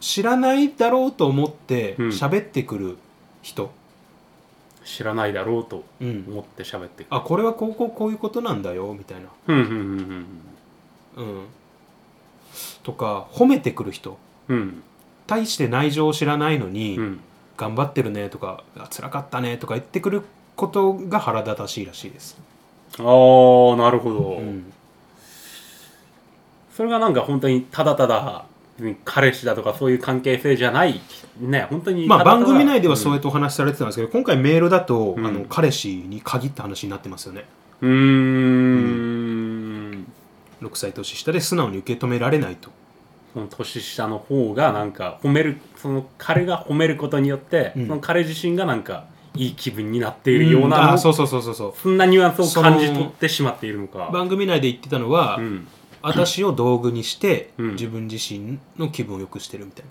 Speaker 1: 知らないだろうと思って
Speaker 2: うん
Speaker 1: 喋ってくる人、
Speaker 2: 知らないだろうと
Speaker 1: うん
Speaker 2: 思って喋ってくる
Speaker 1: あこれはこうこうこういうことなんだよみたいな、
Speaker 2: うんうん
Speaker 1: う
Speaker 2: うん
Speaker 1: ん、とか褒めてくる人
Speaker 2: うんうん
Speaker 1: 大して内情を知らないのに、
Speaker 2: うん
Speaker 1: 頑張ってるねとかあ辛かったねとか言ってくることが腹立たしいらしいです、
Speaker 2: ああなるほど、
Speaker 1: うん
Speaker 2: それがなんか本当にただただ別に彼氏だとかそういう関係性じゃないね本当に
Speaker 1: まあ、
Speaker 2: ただた
Speaker 1: 番
Speaker 2: だ
Speaker 1: 組内ではそうやってお話しされてたんですけど、今回メールだと、
Speaker 2: うん
Speaker 1: あの彼氏に限った話になってますよね
Speaker 2: うーん
Speaker 1: 6歳年下で素直に受け止められないと、
Speaker 2: その年下の方がなんか褒めるその彼が褒めることによって、
Speaker 1: うん
Speaker 2: その彼自身がなんかいい気分になっているような、
Speaker 1: あそうそうそうそうそう
Speaker 2: そんなニュアンスを感じ取ってしまっているのか
Speaker 1: 番組内で言ってたのは、
Speaker 2: うん
Speaker 1: 私を道具にして、
Speaker 2: うん
Speaker 1: 自分自身の気分を良くしてるみたいう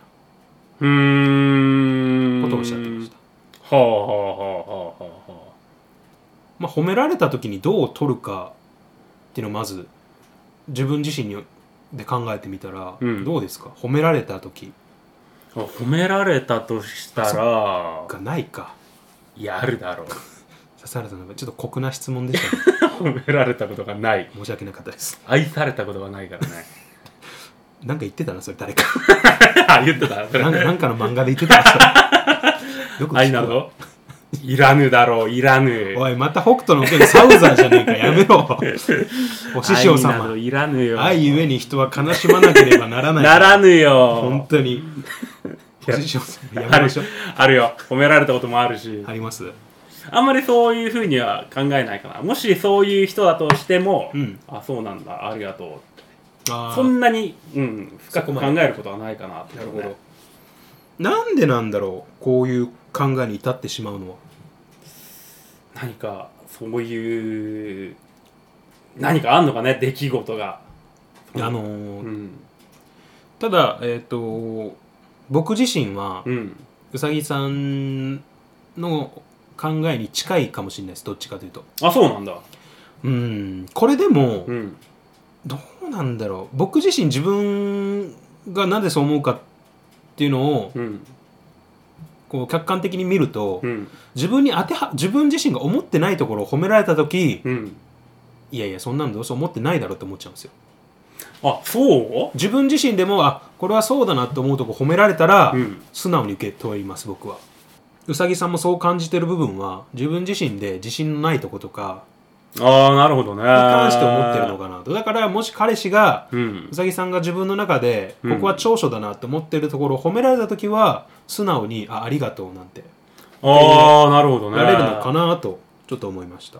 Speaker 2: ーん
Speaker 1: なことをおっしゃってました、
Speaker 2: はあはあはあはあはあ
Speaker 1: まあ、褒められた時にどう取るかっていうのをまず自分自身にで考えてみたら、
Speaker 2: うん
Speaker 1: どうですか褒められた時
Speaker 2: あ褒められたとしたら
Speaker 1: がないか
Speaker 2: いやあるだろう
Speaker 1: 笹原さんのちょっと酷な質問でした、 [LAUGHS] ね、
Speaker 2: [LAUGHS] 褒められたことがない
Speaker 1: 申し訳なかったです
Speaker 2: 愛されたことがないからね
Speaker 1: なんか言ってたなそれ誰か
Speaker 2: [LAUGHS]
Speaker 1: [LAUGHS]
Speaker 2: あ言ってたそれ
Speaker 1: なんかなんかの漫画で言ってたな
Speaker 2: [LAUGHS]
Speaker 1: それよく
Speaker 2: 愛
Speaker 1: 聞
Speaker 2: な
Speaker 1: くわ
Speaker 2: どいらぬだろういらぬ
Speaker 1: おいまた北斗の拳サウザーじゃねえかやめ
Speaker 2: [LAUGHS]
Speaker 1: ろお師匠
Speaker 2: 愛など
Speaker 1: 様
Speaker 2: いらぬよ
Speaker 1: 愛ゆえに人は悲しまなければならない
Speaker 2: [LAUGHS] ならぬ
Speaker 1: 本
Speaker 2: よ
Speaker 1: 当
Speaker 2: [LAUGHS]
Speaker 1: にお
Speaker 2: や
Speaker 1: 師匠様や
Speaker 2: あ
Speaker 1: めま
Speaker 2: る [LAUGHS]
Speaker 1: しょう
Speaker 2: あるよ褒められたこともあるし、
Speaker 1: あります
Speaker 2: あんまりそういうふうには考えないかなもしそういう人だとしても、
Speaker 1: うん
Speaker 2: あそうなんだありがとうって
Speaker 1: あー
Speaker 2: そんなに、うん、深
Speaker 1: そこ
Speaker 2: く考
Speaker 1: まで
Speaker 2: えることはないかなって
Speaker 1: なるほどなんでなんだろうこういう考えに至ってしまうのは
Speaker 2: 何かそういう何かあんのかね出来事が
Speaker 1: あの
Speaker 2: う
Speaker 1: ー
Speaker 2: ん
Speaker 1: ただえっ、と僕自身は
Speaker 2: うん
Speaker 1: うさぎさんの考えに近いかもしれないですどっちかというと
Speaker 2: あそうなんだ
Speaker 1: うんこれでも、
Speaker 2: うん
Speaker 1: どうなんだろう僕自身自分がなぜそう思うかっていうのを
Speaker 2: うん
Speaker 1: こう客観的に見ると、
Speaker 2: うん
Speaker 1: 自分に当ては自分自身が思ってないところを褒められた時、
Speaker 2: うん
Speaker 1: いやいやそんなのどうせ思ってないだろうって思っちゃうんですよ
Speaker 2: あそ
Speaker 1: 自分自身でもあこれはそうだなと思うとこ褒められたら、
Speaker 2: ううん
Speaker 1: 素直に受け取ります僕はうさぎさんもそう感じてる部分は自分自身で自信のないとことか
Speaker 2: ああなるほどねに
Speaker 1: に関して思ってるのかなとだからもし彼氏が
Speaker 2: うん
Speaker 1: うさぎさんが自分の中で
Speaker 2: うん
Speaker 1: ここは長所だなって思ってるところを褒められた時は素直に「あありがとう」なんて
Speaker 2: ああなるほどね
Speaker 1: なれるのかなとちょっと思いました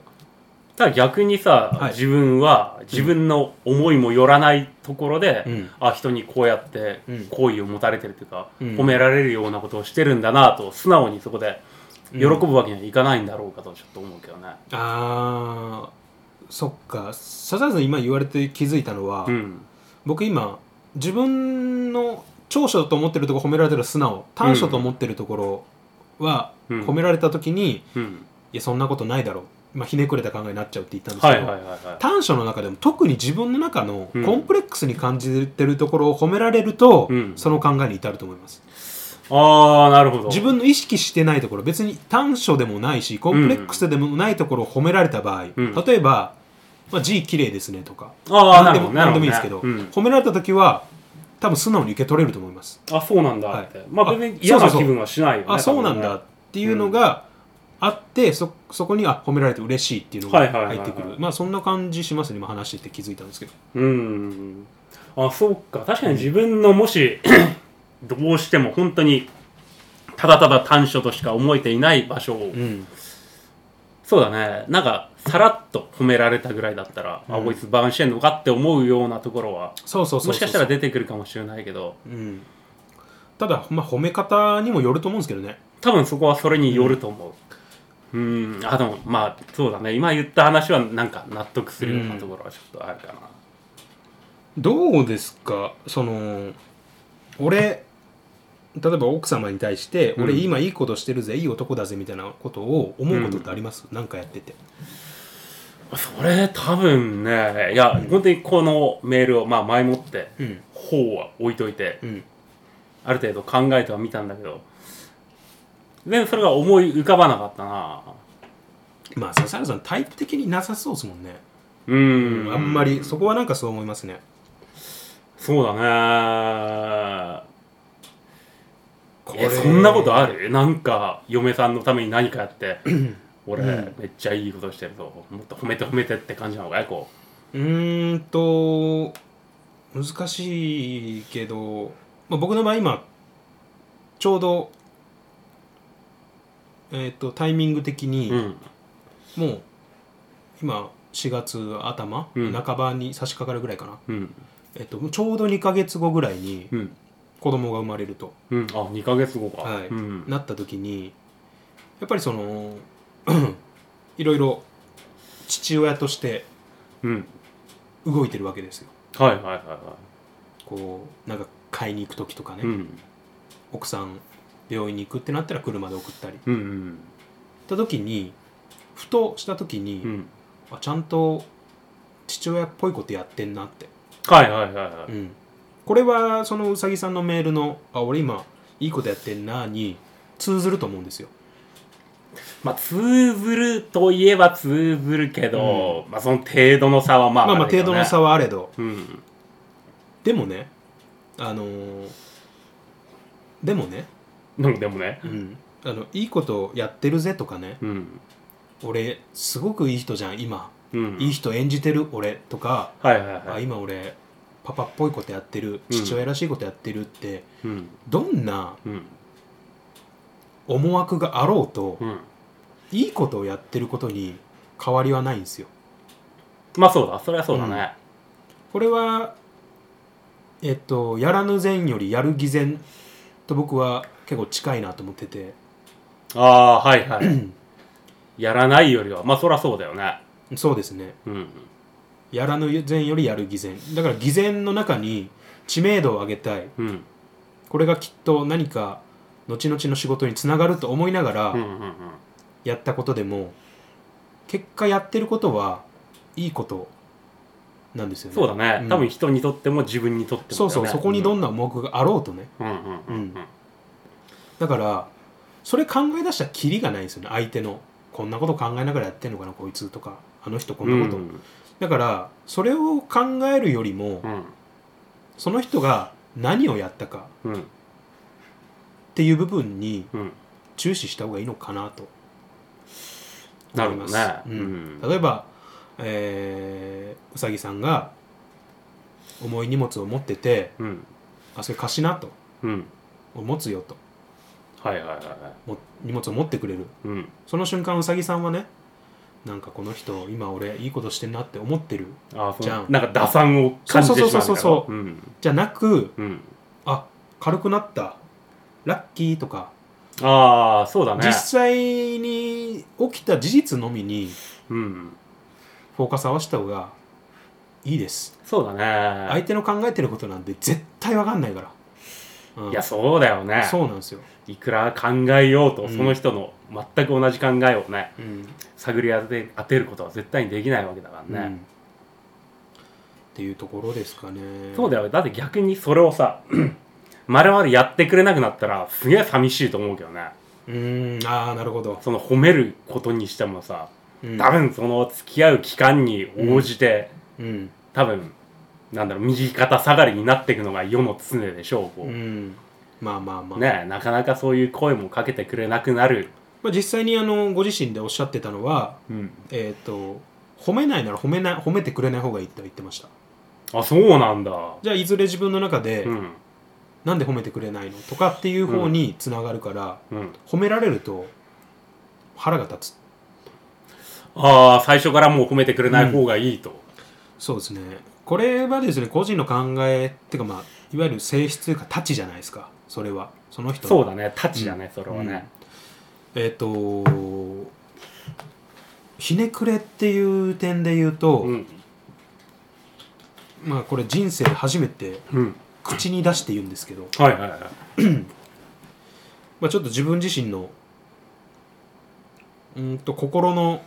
Speaker 2: ただ逆にさ、
Speaker 1: はい
Speaker 2: 自分は自分の思いもよらないところで、
Speaker 1: うん
Speaker 2: あ人にこうやって
Speaker 1: うん
Speaker 2: 好意を持たれてるというか、
Speaker 1: うん
Speaker 2: 褒められるようなことをしてるんだなと素直にそこで喜ぶわけにはいかないんだろうかとちょっと思うけどね。
Speaker 1: あーそっか笹原さん今言われて気づいたのは、
Speaker 2: うん、
Speaker 1: 僕今自分の長所と思ってるところ褒められたら素直短所と思ってるところは
Speaker 2: うん
Speaker 1: 褒められた時に、い
Speaker 2: うん、
Speaker 1: やそんなことないだろう、まあ、ひねくれた考えになっちゃうって言ったんです
Speaker 2: は
Speaker 1: け
Speaker 2: い
Speaker 1: ど、
Speaker 2: はいはいはい。
Speaker 1: 短所の中でも特に自分の中の
Speaker 2: うん
Speaker 1: コンプレックスに感じてるところを褒められると、
Speaker 2: うん
Speaker 1: その考えに至ると思います
Speaker 2: ああなるほど。
Speaker 1: 自分の意識してないところ別に短所でもないしコンプレックスでもないところを褒められた場合、
Speaker 2: うん
Speaker 1: 例えば「まあ、字綺麗ですね」とか
Speaker 2: ああな
Speaker 1: 何で
Speaker 2: るほ
Speaker 1: も
Speaker 2: どな
Speaker 1: 何
Speaker 2: る
Speaker 1: でも
Speaker 2: ほど
Speaker 1: いい
Speaker 2: ね
Speaker 1: んですけど、
Speaker 2: うん
Speaker 1: 褒められた時は多分素直に受け取れると思います、
Speaker 2: あそうなんだって、
Speaker 1: はい
Speaker 2: まあ別に嫌
Speaker 1: あそう
Speaker 2: な
Speaker 1: そうそう
Speaker 2: 気分はしないよね。
Speaker 1: あそうなんだ
Speaker 2: 多
Speaker 1: っていうのがあって、そそこにあ褒められて嬉しいっていうの
Speaker 2: は
Speaker 1: が
Speaker 2: いはいはいは
Speaker 1: 入
Speaker 2: い
Speaker 1: ってくるまあそんな感じしますね今話してて気づいたんですけど
Speaker 2: 分ね。うん。あそうか確かに自分のもし [COUGHS] どうしても本当にただただ短所としか思えていない場所を、
Speaker 1: うん
Speaker 2: そうだねなんかさらっと褒められたぐらいだったら、あ
Speaker 1: うん
Speaker 2: こいつバカにしてんのかって思うようなところは
Speaker 1: そうそうそうそう
Speaker 2: もしかしたら出てくるかもしれないけど
Speaker 1: うん、ただ、まあ、褒め方にもよると思うんですけどね
Speaker 2: 多分そこはそれによると思う。うん、あでもまあそうだね今言った話はなんか納得するようなところはちょっとあるかな、
Speaker 1: どうですかその俺例えば奥様に対して、
Speaker 2: うん
Speaker 1: 俺今いいことしてるぜいい男だぜみたいなことを思うことってあります、なんかやってて
Speaker 2: それ多分ねいや、本当にこのメールを、まあ、前もって
Speaker 1: うん
Speaker 2: 方は置いといて
Speaker 1: うん
Speaker 2: ある程度考えてはみたんだけどでそれが思い浮かばなかったな
Speaker 1: まあ笹原さんタイプ的になさそうですもんね、
Speaker 2: うん、
Speaker 1: あんまりそこはなんかそう思いますね
Speaker 2: そうだね
Speaker 1: こ
Speaker 2: えそんなことあるなんか嫁さんのために何かやって俺、
Speaker 1: うん
Speaker 2: めっちゃいいことしてるぞもっと褒めて褒めてって感じなのかいこ
Speaker 1: うーんと難しいけど、まあ、僕の場合今ちょうど、えー、とタイミング的
Speaker 2: う
Speaker 1: に、
Speaker 2: うん
Speaker 1: もう今4月頭、
Speaker 2: うん
Speaker 1: 半ばに差し掛かるぐらいかな、
Speaker 2: うん
Speaker 1: えっとちょうど2ヶ月後ぐらいに
Speaker 2: うん
Speaker 1: 子供が生まれると、
Speaker 2: うん、あ2ヶ月後か、
Speaker 1: はい
Speaker 2: うん、
Speaker 1: なった時にやっぱりその [CLEARS THROAT] いろいろ父親として
Speaker 2: うん、
Speaker 1: 動いてるわけですよ
Speaker 2: はいはいはいは
Speaker 1: こうなんか買いに行く時とかね、
Speaker 2: いうん
Speaker 1: 奥さん病院に行くってなったら車で送ったりっ
Speaker 2: うん
Speaker 1: た時にふとした時に、
Speaker 2: うんうん
Speaker 1: あちゃんと父親っぽいことやってんなって、
Speaker 2: はいはいはいは
Speaker 1: う
Speaker 2: い
Speaker 1: ん、これはそのうさぎさんのメールの「あ俺今いいことやってんな」に通ずると思うんですよ。
Speaker 2: まあ通ずるといえば通ずるけど、まあその程度の差はまあ
Speaker 1: まあまあ
Speaker 2: るよ
Speaker 1: 程
Speaker 2: ね
Speaker 1: 度の差はあれど
Speaker 2: うん
Speaker 1: でもねあのーでもね、
Speaker 2: でもでもね
Speaker 1: うん、あのいいことやってるぜとかね
Speaker 2: うん
Speaker 1: 俺すごくいい人じゃん今
Speaker 2: うん
Speaker 1: いい人演じてる俺とか
Speaker 2: はいはい
Speaker 1: あ
Speaker 2: はい
Speaker 1: 今俺パパっぽいことやってる
Speaker 2: うん
Speaker 1: 父親らしいことやってるって、
Speaker 2: うん
Speaker 1: どんな
Speaker 2: うん
Speaker 1: 思惑があろうと、
Speaker 2: うん
Speaker 1: いいことをやってることに変わりはないんですよ。
Speaker 2: まあそうだそれはそうだね、
Speaker 1: これはえっとやらぬ善よりやる偽善と僕は結構近いなと思ってて
Speaker 2: ああは
Speaker 1: [CLEARS THROAT]
Speaker 2: いはいやらないよりはまあそりゃそうだよね
Speaker 1: そうですね
Speaker 2: うん
Speaker 1: やらぬ善よりやる偽善だから偽善の中に知名度を上げたい
Speaker 2: うん
Speaker 1: これがきっと何か後々の仕事につながると思いながら、
Speaker 2: うんうんうん
Speaker 1: やったことでも結果やってることはいいことなんですよね
Speaker 2: そうだね、
Speaker 1: うん
Speaker 2: 多分人にとっても自分にとっても、ね、
Speaker 1: そうそうそこにどん
Speaker 2: な
Speaker 1: な思惑があろうとね
Speaker 2: うんうんうんうん
Speaker 1: だからそれ考え出したらキリがないんですよね相手のこんなこと考えながらやってんのかなこいつとかあの人こんなこと、
Speaker 2: うん
Speaker 1: だからそれを考えるよりも、
Speaker 2: うん
Speaker 1: その人が何をやったか
Speaker 2: うん
Speaker 1: っていう部分に
Speaker 2: うん
Speaker 1: 注視した方がいいのかなと
Speaker 2: な
Speaker 1: 思い
Speaker 2: るほど
Speaker 1: ます。
Speaker 2: ね、
Speaker 1: うん例えば、えーうさぎさんが重い荷物を持ってて
Speaker 2: うん
Speaker 1: 「あそれ貸しな」と
Speaker 2: うん
Speaker 1: 「持つよと
Speaker 2: はいはいはいは」
Speaker 1: も荷物を持ってくれる
Speaker 2: いうん
Speaker 1: その瞬間うさぎさんはねなんかこの人今俺いいことしてんなって思ってる
Speaker 2: あそ
Speaker 1: じゃ
Speaker 2: の
Speaker 1: ん
Speaker 2: なんか打算を感じてしまうみたいな
Speaker 1: そうそうそうそうそう
Speaker 2: うん
Speaker 1: じゃなく
Speaker 2: うん
Speaker 1: あ軽くなったラッキーとか、
Speaker 2: ああそうだね
Speaker 1: 実際に起きた事実のみに
Speaker 2: うん
Speaker 1: フォーカス合わせた方がいいです
Speaker 2: そうだね
Speaker 1: 相手の考えてることなんて絶対わかんないから、うん
Speaker 2: いやそうだよね
Speaker 1: そうなんですよ、
Speaker 2: いくら考えようと、
Speaker 1: うん
Speaker 2: その人の全く同じ考えをね
Speaker 1: うん
Speaker 2: 探り当て当てることは絶対にできないわけだか
Speaker 1: う
Speaker 2: ら
Speaker 1: んっ
Speaker 2: ね、
Speaker 1: ていうところですかね
Speaker 2: そうだよだって逆にそれをさ [CLEARS THROAT] まるまるやってくれなくなったらすげえ寂しいと思うけどね
Speaker 1: うーんああなるほど、
Speaker 2: その褒めることにしてもさ
Speaker 1: うん、
Speaker 2: 多分その付き合う期間に応じて、
Speaker 1: うん、
Speaker 2: 多分なんだろう右肩下がりになっていくのが世の常でしょうこう、
Speaker 1: うん、まあまあまあ、
Speaker 2: ねえなかなかそういう声もかけてくれなくなる、
Speaker 1: まあ、実際にあのご自身でおっしゃってたのは
Speaker 2: うん、
Speaker 1: えっ、と褒めないなら褒めない褒めてくれない方がいいって言ってました
Speaker 2: あそうなんだ
Speaker 1: じゃあいずれ自分の中で、
Speaker 2: うん
Speaker 1: なんで褒めてくれないのとかっていう方につながるから、
Speaker 2: うん
Speaker 1: 褒められると腹が立つ
Speaker 2: ああ最初からもう褒めてくれない方がいいと、
Speaker 1: そうですねこれはですね個人の考えっていうかまあいわゆる性質というか立ちじゃないですかそれはその人の
Speaker 2: そうだねタチだね、それは
Speaker 1: うん
Speaker 2: ね、
Speaker 1: えっ、とひねくれっていう点で言うと、
Speaker 2: うん
Speaker 1: まあこれ人生で初めて
Speaker 2: うん、
Speaker 1: 口に出して言うんですけど、
Speaker 2: はいはいはい
Speaker 1: まあ、ちょっと自分自身のうーんと心の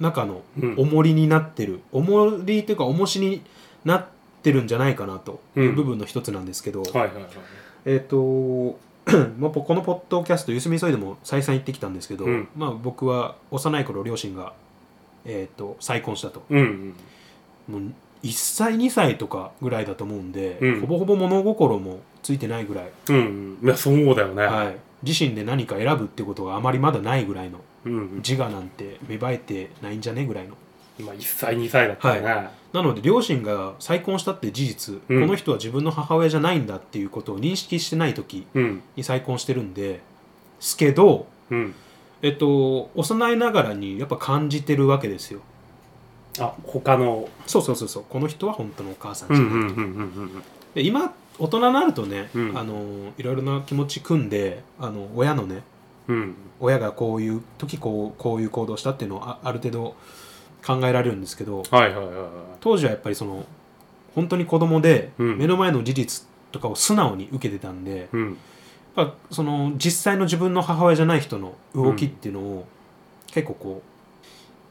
Speaker 1: 中の
Speaker 2: うん
Speaker 1: 重りになってる、重りというか重しになってるんじゃないかなという部分の一つなんですけど、
Speaker 2: はいはいはい
Speaker 1: えっ、と [CLEARS THROAT] まあこのポッドキャスト「ゆすみそい」でも再三言ってきたんですけど、
Speaker 2: うん
Speaker 1: まあ、僕は幼い頃両親が、えー、と再婚したと
Speaker 2: うん
Speaker 1: もう1歳2歳とかぐらいだと思うんで、
Speaker 2: うん
Speaker 1: ほぼほぼ物心もついてないぐらい、
Speaker 2: うんうんいやそうだよね、
Speaker 1: はい、自身で何か選ぶってことがあまりまだないぐらいの
Speaker 2: うん
Speaker 1: 自我なんて芽生えてないんじゃねぐらいの
Speaker 2: 今1歳2歳だったよね、
Speaker 1: なので両親が再婚したって事実、
Speaker 2: うん
Speaker 1: この人は自分の母親じゃないんだっていうことを認識してない時
Speaker 2: うん
Speaker 1: に再婚してるんですけど
Speaker 2: うん
Speaker 1: えっと幼いながらにやっぱ感じてるわけですよ
Speaker 2: あ他の
Speaker 1: そうそうそうそうこの人は本当のお母さん
Speaker 2: う
Speaker 1: じゃ
Speaker 2: ん
Speaker 1: ない、
Speaker 2: うんうんうんうん
Speaker 1: で今大人になるとね、
Speaker 2: うん
Speaker 1: あのいろいろな気持ち組んであの親のね
Speaker 2: うん
Speaker 1: 親がこういう時こうこういう行動したっていうのをあある程度考えられるんですけど
Speaker 2: はいはいはいは
Speaker 1: 当時はやっぱりその本当に子供で
Speaker 2: うん
Speaker 1: 目の前の事実とかを素直に受けてたんで、
Speaker 2: いうん
Speaker 1: やっぱその実際の自分の母親じゃない人の動きっていうのを結構こう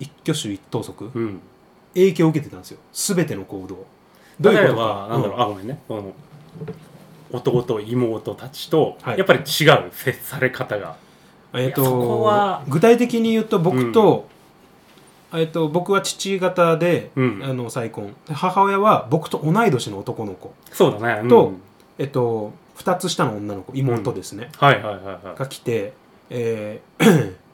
Speaker 1: 一挙手一投足
Speaker 2: うん
Speaker 1: 影響を受けてたんですよ全ての行動
Speaker 2: 例
Speaker 1: いう
Speaker 2: え
Speaker 1: ことか
Speaker 2: ばなんだろう、あごめんねその弟と妹たちと、
Speaker 1: はい
Speaker 2: やっぱり違う接され方が
Speaker 1: うんえっ、
Speaker 2: いやそこは
Speaker 1: と具体的に言うと僕と、えっと僕は父方で、
Speaker 2: うん
Speaker 1: あの再婚で母親は僕と同い年の男の子
Speaker 2: そうだね、うん
Speaker 1: とえっと2つ下の女の子妹ですね、
Speaker 2: はいはいはいは
Speaker 1: が来て、えー [CLEARS THROAT]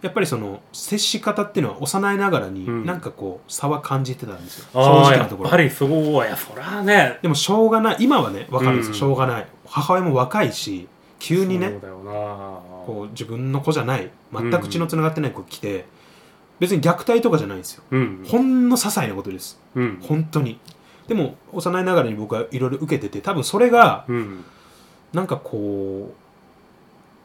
Speaker 1: やっぱりその接し方っていうのは幼いながらに、
Speaker 2: うん
Speaker 1: なんかこう差は感じてたんですよ
Speaker 2: い
Speaker 1: 正
Speaker 2: ああ
Speaker 1: 直
Speaker 2: や
Speaker 1: な
Speaker 2: っ
Speaker 1: ところ
Speaker 2: ぱりそうやそりゃね
Speaker 1: でもしょうがない今はね分かるんですよ、
Speaker 2: うん
Speaker 1: しょうがない母親も若いし急に
Speaker 2: そう
Speaker 1: ね
Speaker 2: だよな
Speaker 1: こう自分の子じゃない全く血のつながってない子来て、別に虐待とかじゃないんですよ
Speaker 2: うん
Speaker 1: ほんの些細なことです
Speaker 2: うん
Speaker 1: 本当にでも幼いながらに僕はいろいろ受けてて多分それが
Speaker 2: うん
Speaker 1: なんかこう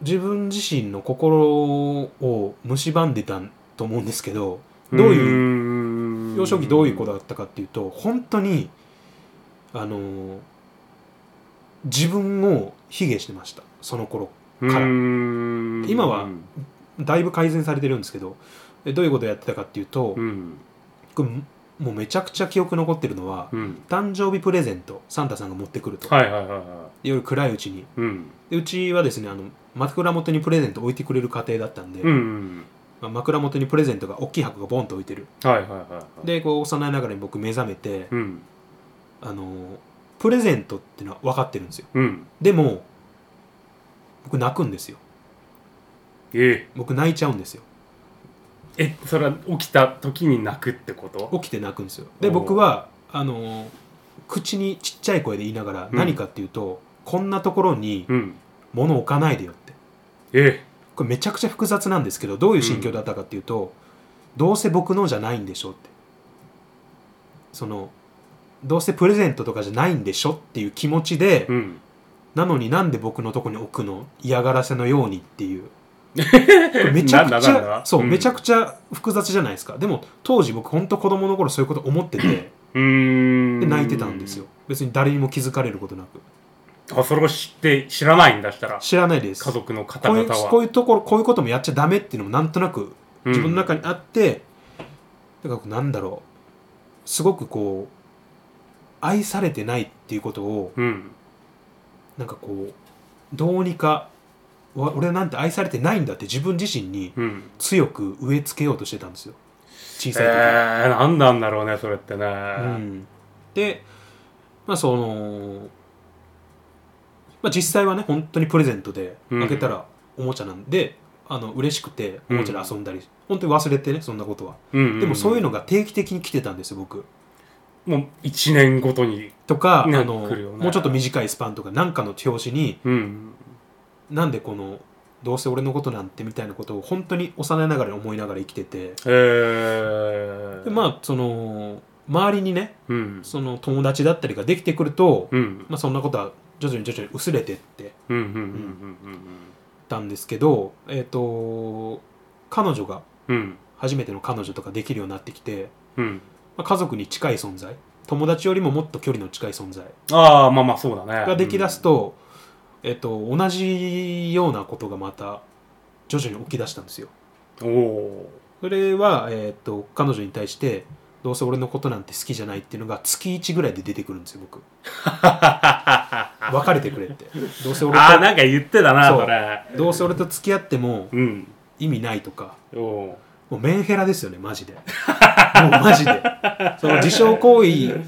Speaker 1: 自分自身の心を蝕んでたと思うんですけどどういう
Speaker 2: いう
Speaker 1: 幼少期どういう子だったかっていうと本当にあのー自分を卑下してましたその頃から今
Speaker 2: 今
Speaker 1: はだいぶ改善されてるんですけどでどういうことをやってたかっていうと、
Speaker 2: うん
Speaker 1: これもうめちゃくちゃ記憶残ってるのは、
Speaker 2: うん。
Speaker 1: 誕生日プレゼントサンタさんが持ってくると、
Speaker 2: はいはいはいは
Speaker 1: 夜暗いうちに
Speaker 2: い。うん。
Speaker 1: でうちはですねあの枕元にプレゼント置いてくれる家庭だったんで、
Speaker 2: うん。
Speaker 1: まあ枕元にプレゼントが大きい箱がボンと置いてる
Speaker 2: はいはいはいはい。、
Speaker 1: でこう幼いながらに僕目覚めて、
Speaker 2: うん。
Speaker 1: あのプレゼントっていうのは分かってるんですよ
Speaker 2: うん。
Speaker 1: でも僕泣くんですよ
Speaker 2: え
Speaker 1: 僕泣いちゃうんですよ
Speaker 2: え。え、それは起きた時に泣くってこと
Speaker 1: 起きて泣くんですよで
Speaker 2: おう
Speaker 1: 僕はあの口にちっちゃい声で言いながら
Speaker 2: うん
Speaker 1: 何かっていうと、こんなところに
Speaker 2: うん。
Speaker 1: 物置かないでよって
Speaker 2: え
Speaker 1: これめちゃくちゃ複雑なんですけどどういう心境だったかっていうと、どうせ僕のじゃないんでしょってそのどうせプレゼントとかじゃないんでしょっていう気持ちで、
Speaker 2: うん。
Speaker 1: なのになんで僕のとこに置くの嫌がらせのようにって
Speaker 2: [LAUGHS]
Speaker 1: いうこれめちゃ
Speaker 2: な
Speaker 1: く
Speaker 2: ん
Speaker 1: ち
Speaker 2: だなん
Speaker 1: ゃ
Speaker 2: だ
Speaker 1: そう、
Speaker 2: うん
Speaker 1: めちゃくちゃ複雑じゃないですかでも当時僕本当子供の頃そういうこと思ってて
Speaker 2: うーん。
Speaker 1: で泣いてたんですよ。別に誰にも気づかれることなく
Speaker 2: あ、それを知って、知らないんだしたら、
Speaker 1: 知らないです
Speaker 2: 家族の方
Speaker 1: こういう
Speaker 2: 々は。
Speaker 1: こういうところこういうこともやっちゃダメっていうのもなんとなく
Speaker 2: うん
Speaker 1: 自分の中にあって、だからなんだろうすごくこう愛されてないっていうことを
Speaker 2: うん。
Speaker 1: なんかこうどうにかわ俺なんて愛されてないんだって自分自身に
Speaker 2: うん。
Speaker 1: 強く植え付けようとしてたんですよ小
Speaker 2: え
Speaker 1: さい時、
Speaker 2: ー、なんなんだろうね、それってね。
Speaker 1: うん、でまあその、まあ、実際はね本当にプレゼントで
Speaker 2: うん
Speaker 1: 開けたらおもちゃなんで、あの嬉しくておもちゃで遊んだり、本当に忘れてねそんなことは
Speaker 2: うん。
Speaker 1: でもそういう
Speaker 2: の。
Speaker 1: のが定期的に来てたんですよ僕
Speaker 2: もう一年ごとに。
Speaker 1: とか、
Speaker 2: ね
Speaker 1: あの
Speaker 2: 来るよね
Speaker 1: もうちょっと短いスパンとかなんかの表紙に
Speaker 2: うん。
Speaker 1: なんでこのどうせ俺のことなんてみたいなことを本当に幼いながらに思いながら生きてて
Speaker 2: えー。
Speaker 1: でまあその周りにね
Speaker 2: うん。
Speaker 1: その友達だったりができてくると、
Speaker 2: うん。
Speaker 1: まあ、そんなことは徐々に徐々に薄れてって
Speaker 2: うん。うん。うん。うん。
Speaker 1: たんですけど、えっと彼女が
Speaker 2: うん。
Speaker 1: 初めての彼女とかできるようになってきて、
Speaker 2: うん。
Speaker 1: まあ、家族に近い存在友達よりももっと距離の近い存在
Speaker 2: ああ、まあまあ、そうだね。
Speaker 1: ができだすと,、えっと同じようなことがまた徐々に起き出したんですよ。
Speaker 2: うん。おお
Speaker 1: それは、えっと彼女に対してどうせ俺のことなんて好きじゃないっていうのが月1ぐらいで出てくるんですよ
Speaker 2: [LAUGHS]
Speaker 1: 僕
Speaker 2: ー。
Speaker 1: 別れてくれってどうせ俺
Speaker 2: ああ、なんか言ってたな、
Speaker 1: そう
Speaker 2: それ。
Speaker 1: とどうせ俺と付き合っても
Speaker 2: うん。
Speaker 1: 意味ないとか
Speaker 2: おお
Speaker 1: もうメンヘラですよねマジでもうマジで
Speaker 2: [LAUGHS]
Speaker 1: その自傷行為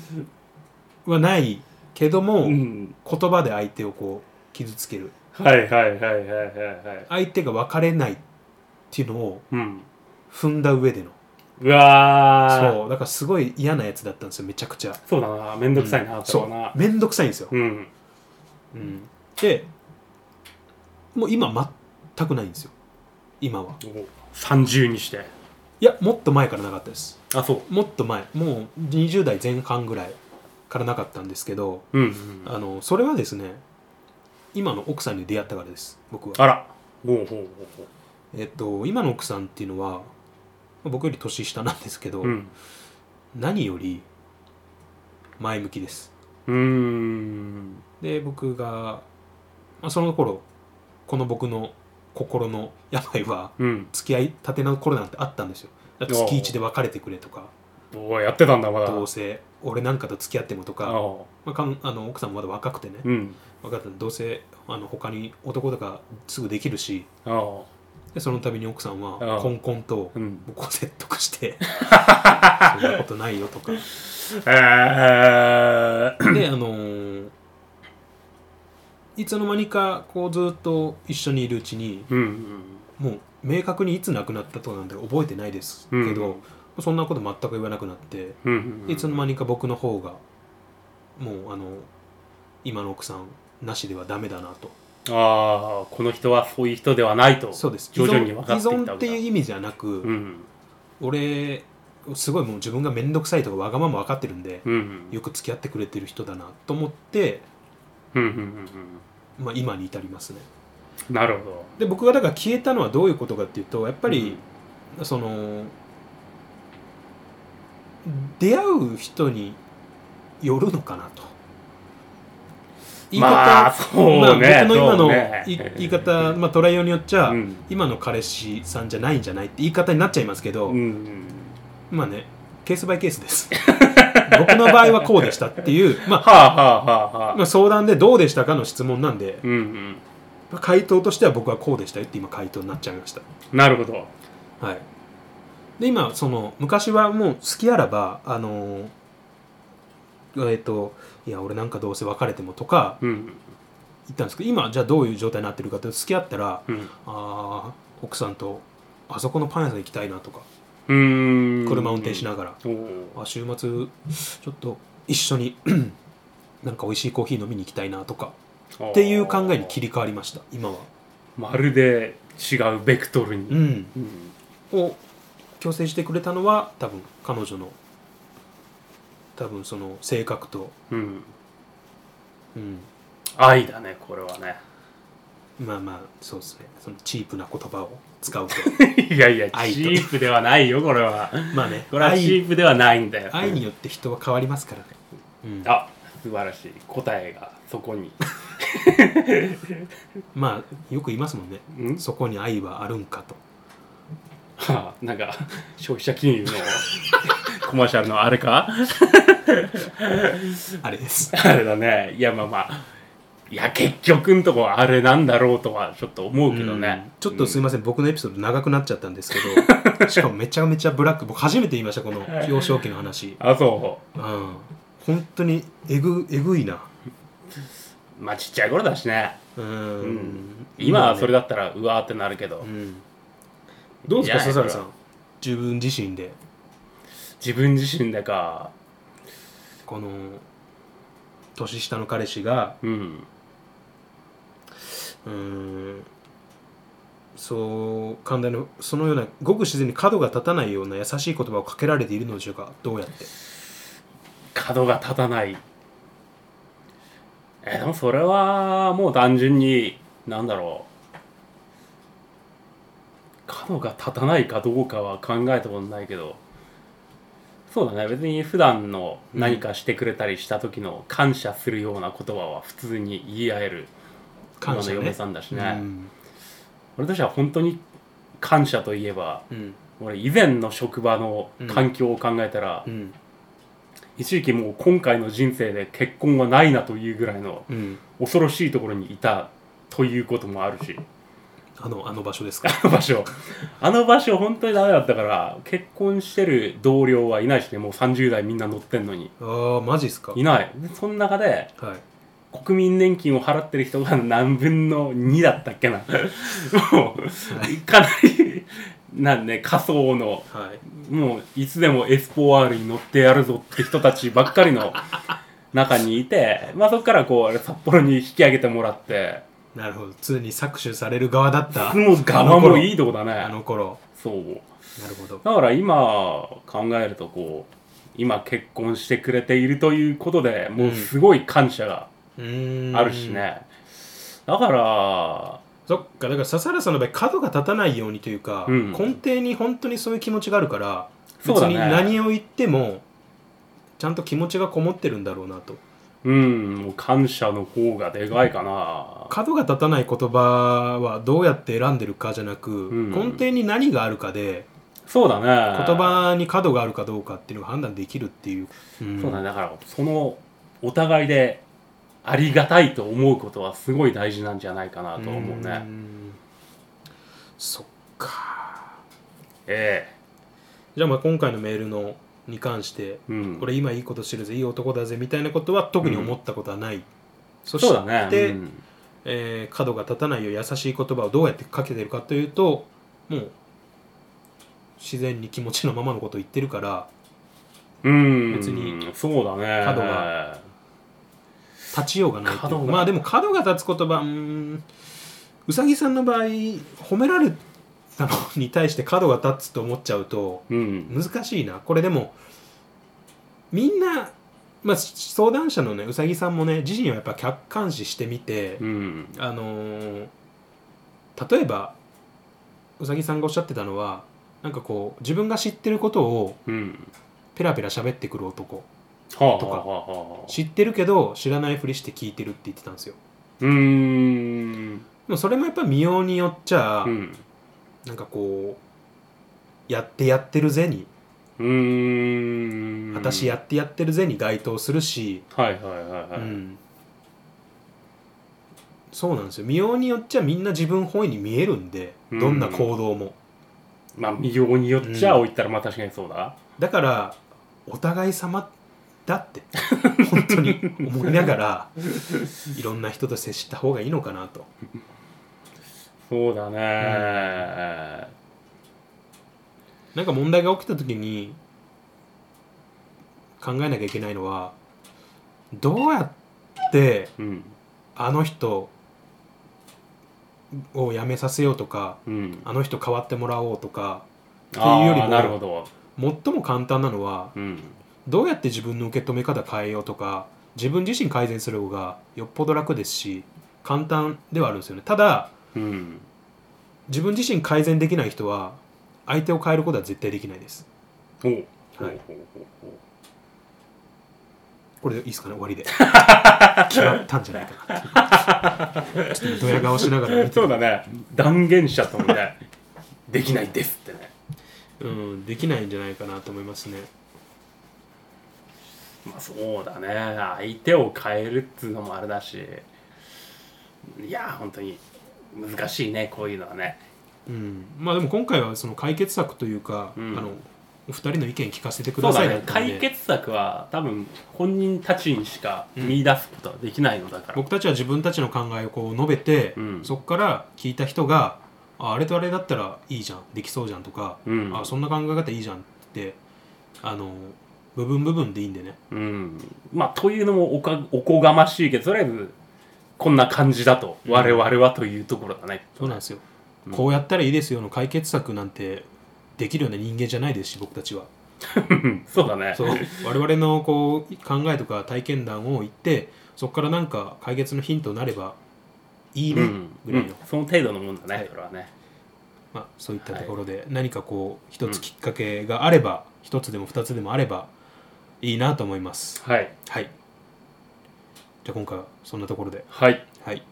Speaker 1: はないけども、
Speaker 2: ー。うん。
Speaker 1: 言葉で相手をこう傷つける
Speaker 2: はいはいはいはいはいはい。
Speaker 1: 相手が別れないっていうのを
Speaker 2: うん。
Speaker 1: 踏んだ上での
Speaker 2: うわー。
Speaker 1: そうだからすごい嫌なやつだったんですよめちゃくちゃ
Speaker 2: そうだな、めんどくさいな、だ
Speaker 1: そ
Speaker 2: ろうな
Speaker 1: う。めんどくさいんですよ、
Speaker 2: うん。
Speaker 1: うんでもう今全くないんですよ今は
Speaker 2: 30にして。
Speaker 1: いやもっと前からなかったです
Speaker 2: あ、そ
Speaker 1: もっと前もう20代前半ぐらいからなかったんですけど
Speaker 2: う。うん。
Speaker 1: あのそれはですね今の奥さんに出会ったからです僕は
Speaker 2: あら。ほうほうほうほ
Speaker 1: えっと今の奥さんっていうのは僕より年下なんですけど、
Speaker 2: う。うん。
Speaker 1: 何より前向きです
Speaker 2: うーん。
Speaker 1: で僕が、まあ、その頃この僕の心の病は
Speaker 2: うん。
Speaker 1: 付き合いたての頃なんてあったんですよだから月一で別れてくれとか
Speaker 2: おおやってたんだ、まだ。
Speaker 1: どうせ俺なんかと付き合ってもと
Speaker 2: あ
Speaker 1: か
Speaker 2: あ。
Speaker 1: まあ、かんあの奥さんもまだ若くてね
Speaker 2: うん。
Speaker 1: 若くてどうせあの他に男とかすぐできるし
Speaker 2: ああ。
Speaker 1: でその度に奥さんは
Speaker 2: あ
Speaker 1: コンコンと
Speaker 2: うん。
Speaker 1: 僕を説得して
Speaker 2: [LAUGHS]
Speaker 1: そんなことないよとか
Speaker 2: えー。
Speaker 1: であのーいつの間にかこうずっと一緒にいるうちに
Speaker 2: うん。
Speaker 1: もう明確にいつ亡くなったとかなんて覚えてないですけど、そんなこと全く言わなくなって、
Speaker 2: うん。
Speaker 1: いつの間にか僕の方がもうあの今の奥さんなしではダメだなと
Speaker 2: ああ、この人はそういう人ではないと。
Speaker 1: そうです依
Speaker 2: 徐
Speaker 1: 存
Speaker 2: 々に分かってきた
Speaker 1: 依
Speaker 2: わけ
Speaker 1: 存
Speaker 2: だ
Speaker 1: っていう意味じゃなく、
Speaker 2: うん。
Speaker 1: 俺すごいもう自分が面倒くさいとかわがまま分かってるんで、
Speaker 2: うん。
Speaker 1: よく付き合ってくれてる人だなと思って、
Speaker 2: うん。うんうん。
Speaker 1: まあ、今に至りますね
Speaker 2: うんなるほど。やっ
Speaker 1: で僕がだから消えたのはどういうことかっていうとやっぱり、、その出会う人によるのかなと言い方、
Speaker 2: まあ、そう
Speaker 1: まあ
Speaker 2: ね。
Speaker 1: 僕の今
Speaker 2: そう
Speaker 1: の
Speaker 2: ね
Speaker 1: い言い方、まあ、捉えようによっちゃ、
Speaker 2: うん。
Speaker 1: 今の彼氏さんじゃないんじゃないって言い方になっちゃいますけど、
Speaker 2: うん。
Speaker 1: まあねケースバイケースです [LAUGHS] 僕の場合はこうでしたっていう、ま
Speaker 2: はあはあはあ
Speaker 1: あ、
Speaker 2: は
Speaker 1: ま
Speaker 2: あ
Speaker 1: あ相談でどうでしたかの質問なんで
Speaker 2: うんうん
Speaker 1: 回答としては僕はこうでしたよって今回答になっちゃいました
Speaker 2: なるほど
Speaker 1: はい、で今その昔はもう好きあらばあのーえっ、といや俺なんかどうせ別れてもとか
Speaker 2: うん
Speaker 1: 言ったんですけど今じゃあどういう状態になってるかっていうと付き合ったら
Speaker 2: うん
Speaker 1: あー奥さんとあそこのパン屋さん行きたいなとか
Speaker 2: うーん
Speaker 1: 車運転しな
Speaker 2: が
Speaker 1: がら、
Speaker 2: らおー
Speaker 1: あ週末ちょっと一緒に [CLEARS THROAT] なんか美味しいコーヒー飲みに行きたいなとかっていう考えに切り替わりました今は
Speaker 2: まるで違うベクトル
Speaker 1: う
Speaker 2: に、
Speaker 1: ん
Speaker 2: うん
Speaker 1: を強制してくれたのは多分彼女の多分その性格と、
Speaker 2: うん、
Speaker 1: うん、
Speaker 2: 愛だねこれはね
Speaker 1: まあまあそうですねそのチープな言葉を使
Speaker 2: [LAUGHS]
Speaker 1: うと
Speaker 2: いやいやチ
Speaker 1: 愛と
Speaker 2: ープではないよこれは
Speaker 1: まあね
Speaker 2: これはチ
Speaker 1: 愛
Speaker 2: ープではないんだよ
Speaker 1: 愛によって人は変わりますからね、うん、
Speaker 2: あ素晴らしい答えがそこに [LAUGHS]
Speaker 1: まあよく言いますもんね
Speaker 2: ん
Speaker 1: そこに愛はあるんかと
Speaker 2: はあなんか消費者金融の [LAUGHS] コマーシャルのあれか
Speaker 1: あれです
Speaker 2: あれだねいやまあまあいや結局んとこあれなんだろうとはちょっと思うけどね、
Speaker 1: ちょっとすい
Speaker 2: ま
Speaker 1: ません、僕のエピソード長くなっちゃったんですけ
Speaker 2: [LAUGHS]
Speaker 1: どしかもめちゃめちゃブラック僕初めて言いましたこの幼少期の話
Speaker 2: せんあそ
Speaker 1: うん本当にえぐえぐいな
Speaker 2: うまあちっちゃい頃だしね
Speaker 1: うん、
Speaker 2: うん今はそれ
Speaker 1: だ、
Speaker 2: だったらうわーってなるけど、
Speaker 1: うん、どうですか
Speaker 2: いや
Speaker 1: 笹原さん自分自身で
Speaker 2: 自分自身でか
Speaker 1: この年下の彼氏が
Speaker 2: うん
Speaker 1: うんそう寛大のそのようなごく自然に角が立たないような優しい言葉をかけられているのでしょうかどうやって
Speaker 2: 角が立たないえでもそれはもう単純になんだろう角が立たないかどうかは考えたことないけどそうだね別に普段の何かしてくれたりした時の感謝するような言葉は普通に言い合える
Speaker 1: 感謝
Speaker 2: 今の
Speaker 1: ね
Speaker 2: 嫁さんだし
Speaker 1: う
Speaker 2: ね、
Speaker 1: ん、
Speaker 2: 俺としては本当に感謝といえば
Speaker 1: うん
Speaker 2: 俺以前の職場の環境を考えたら、
Speaker 1: うん
Speaker 2: 一時期もう今回の人生で結婚はないなというぐらいの
Speaker 1: うん
Speaker 2: 恐ろしいところにいたということもあるし [LAUGHS]
Speaker 1: あのあの場所ですか
Speaker 2: あの場所あの場所本当にダメだったから結婚してる同僚はいないしねもう30代みんな乗ってんのに
Speaker 1: ああマジっすか
Speaker 2: いないでその中で
Speaker 1: はい
Speaker 2: 国民年金を払ってる人が何分の2だったっけなもうかなりなんね仮想の
Speaker 1: はい
Speaker 2: もういつでもエスポワールに乗ってやるぞって人たちばっかり
Speaker 1: [LAUGHS]
Speaker 2: の中にいて、まあ、そこからこう札幌に引き上げてもらって
Speaker 1: なるほど常に搾取される側だった
Speaker 2: もう側もい
Speaker 1: い
Speaker 2: いとこだ
Speaker 1: あ
Speaker 2: ね
Speaker 1: の頃
Speaker 2: そう
Speaker 1: なるほど
Speaker 2: だから今考えるとこう今結婚してくれているということでもうすごい感謝が
Speaker 1: うーん
Speaker 2: あるしね、だから
Speaker 1: そっかだから笹原さんの場合角が立たないようにというか、
Speaker 2: うん
Speaker 1: 根底に本当にそういう気持ちがあるから別
Speaker 2: そうだね
Speaker 1: に何を言ってもちゃんと気持ちがこもってるんだろうなと
Speaker 2: うんもう感謝の方がでかいかな
Speaker 1: 角が立たない言葉はどうやって選んでるかじゃなく、
Speaker 2: うん
Speaker 1: 根底に何があるかで
Speaker 2: そうだね
Speaker 1: 言葉に角があるかどうかっていうのが判断できるっていう、うん
Speaker 2: そうだね、だからそのお互いでありがたいと思うことはすごい大事なんじゃないかなと思う
Speaker 1: ー
Speaker 2: ね。
Speaker 1: んそっか
Speaker 2: え
Speaker 1: じゃあまあ今回のメールのに関して
Speaker 2: えうん、
Speaker 1: 俺今いいことしてるぜいい男だぜみたいなことは特に思ったことはない、そして
Speaker 2: そうだね。
Speaker 1: で
Speaker 2: うん
Speaker 1: えー角が立たないよう優しい言葉をどうやってかけてるかというともう自然に気持ちのままのことを言ってるから
Speaker 2: うん、
Speaker 1: 別に
Speaker 2: そうだね。
Speaker 1: 角が立ちようがないという
Speaker 2: 角が
Speaker 1: まあでも角が立つ言葉うーんうさぎさんの場合褒められたのに対して角が立つと思っちゃうと
Speaker 2: うん、
Speaker 1: 難しいなこれでもみんな、まあ、相談者のねうさぎさんもね自身をやっぱ客観視してみて、
Speaker 2: うん、
Speaker 1: あのー例えばうさぎさんがおっしゃってたのはなんかこう自分が知ってることを
Speaker 2: うん、
Speaker 1: ペラペラ喋ってくる男
Speaker 2: はあ、
Speaker 1: とか
Speaker 2: はあはあはあ、
Speaker 1: 知ってるけど知らないふりして聞いてるって言ってたんですよ
Speaker 2: うーん、
Speaker 1: でもそれもやっぱ見ようによっちゃ、
Speaker 2: うん、
Speaker 1: なんかこうやってやってるぜに
Speaker 2: うーん
Speaker 1: 私やってやってるぜに該当するし、
Speaker 2: はいはいはいはい、
Speaker 1: うん、そうなんですよ見ようによっちゃみんな自分本位に見えるんで
Speaker 2: うん
Speaker 1: どんな行動も、
Speaker 2: まあ見ようによっちゃ置いたらまあ確かにそうだ、
Speaker 1: だからお互い様だ
Speaker 2: [LAUGHS]
Speaker 1: って本当に思いながらいろんな人と接した方がいいのかなと
Speaker 2: そうだね、
Speaker 1: なんか問題が起きた時に考えなきゃいけないのはどうやって
Speaker 2: うん
Speaker 1: あの人を辞めさせようとか
Speaker 2: うん
Speaker 1: あの人変わってもらおうとか
Speaker 2: って
Speaker 1: いうよりも
Speaker 2: なるほど、
Speaker 1: 最も簡単なのは
Speaker 2: うん、
Speaker 1: どうやって自分の受け止め方変えようとか自分自身改善する方がよっぽど楽ですし簡単ではあるんですよねただ
Speaker 2: うん、
Speaker 1: 自分自身改善できない人は相手を変えることは絶対できないです
Speaker 2: ほうほうほう
Speaker 1: はい
Speaker 2: ほうほう
Speaker 1: これでいいですかね終
Speaker 2: [LAUGHS]
Speaker 1: わりで決まったんじゃないかなっていうちょっとドヤ顔しながら見て
Speaker 2: そうだね断言しちゃったもんね [LAUGHS] できないですってね、
Speaker 1: うん、できないんじゃないかなと思いますね
Speaker 2: まあ、そうだね相手を変えるっつうのもあれだしいや本当に難しいねこういうのはね
Speaker 1: うん、まあでも今回はその解決策というか、
Speaker 2: うん
Speaker 1: あのお二人の意見聞かせてく
Speaker 2: そ
Speaker 1: だ
Speaker 2: う
Speaker 1: さ
Speaker 2: だ
Speaker 1: いだ
Speaker 2: ね
Speaker 1: ったんで
Speaker 2: 解決策は多分本人たちにしか見出すことはできないのだから、
Speaker 1: 僕たちは自分たちの考えをこう述べて、
Speaker 2: うん
Speaker 1: そこから聞いた人がああれとあれだったらいいじゃんできそうじゃんとか、
Speaker 2: うん
Speaker 1: あそんな考え方いいじゃんってあの部分部分でいいんでね
Speaker 2: うん、まあというのもおかおこがましいけどとりあえずこんな感じだと我々はというところだね、
Speaker 1: そうなんですよ、
Speaker 2: うん
Speaker 1: こうやったらいいですよの解決策なんてできるような人間じゃないですし僕たちは
Speaker 2: そうだね
Speaker 1: そう
Speaker 2: [LAUGHS]
Speaker 1: 我々のこう考えとか体験談を言ってそこからなんか解決のヒントになればいいね
Speaker 2: うん
Speaker 1: ぐらいの、
Speaker 2: うんその程度のもんだね、
Speaker 1: はい
Speaker 2: それはね
Speaker 1: まあ、そういったところで何かこう一つきっかけがあれば一、つでも二つでもあればいいなと思います
Speaker 2: はい
Speaker 1: はいじゃあ今回はそんなところで
Speaker 2: はい
Speaker 1: はい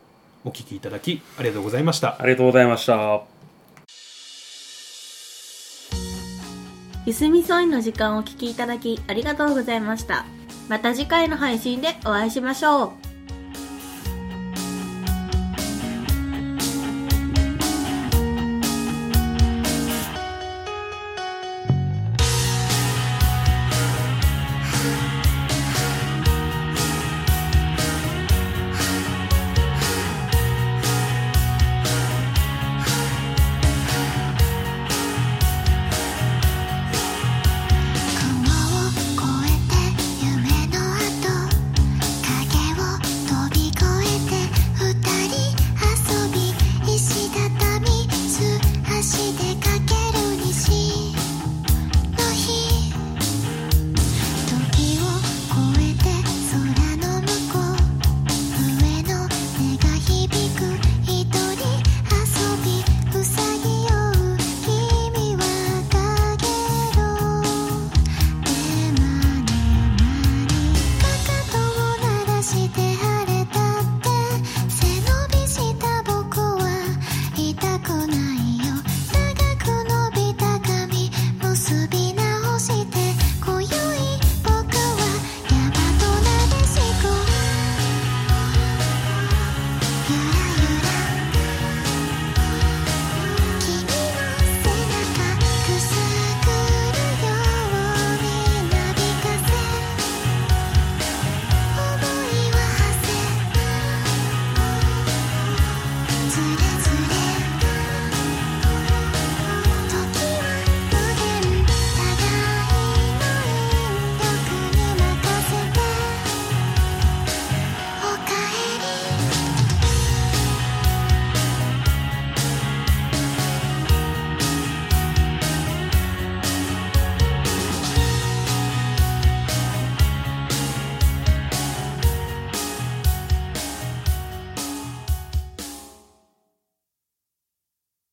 Speaker 1: お聞きいただきありがとうございました
Speaker 2: ありがとうございました
Speaker 3: ゆすみそいの時間をお聞きいただきありがとうございましたまた次回の配信でお会いしましょう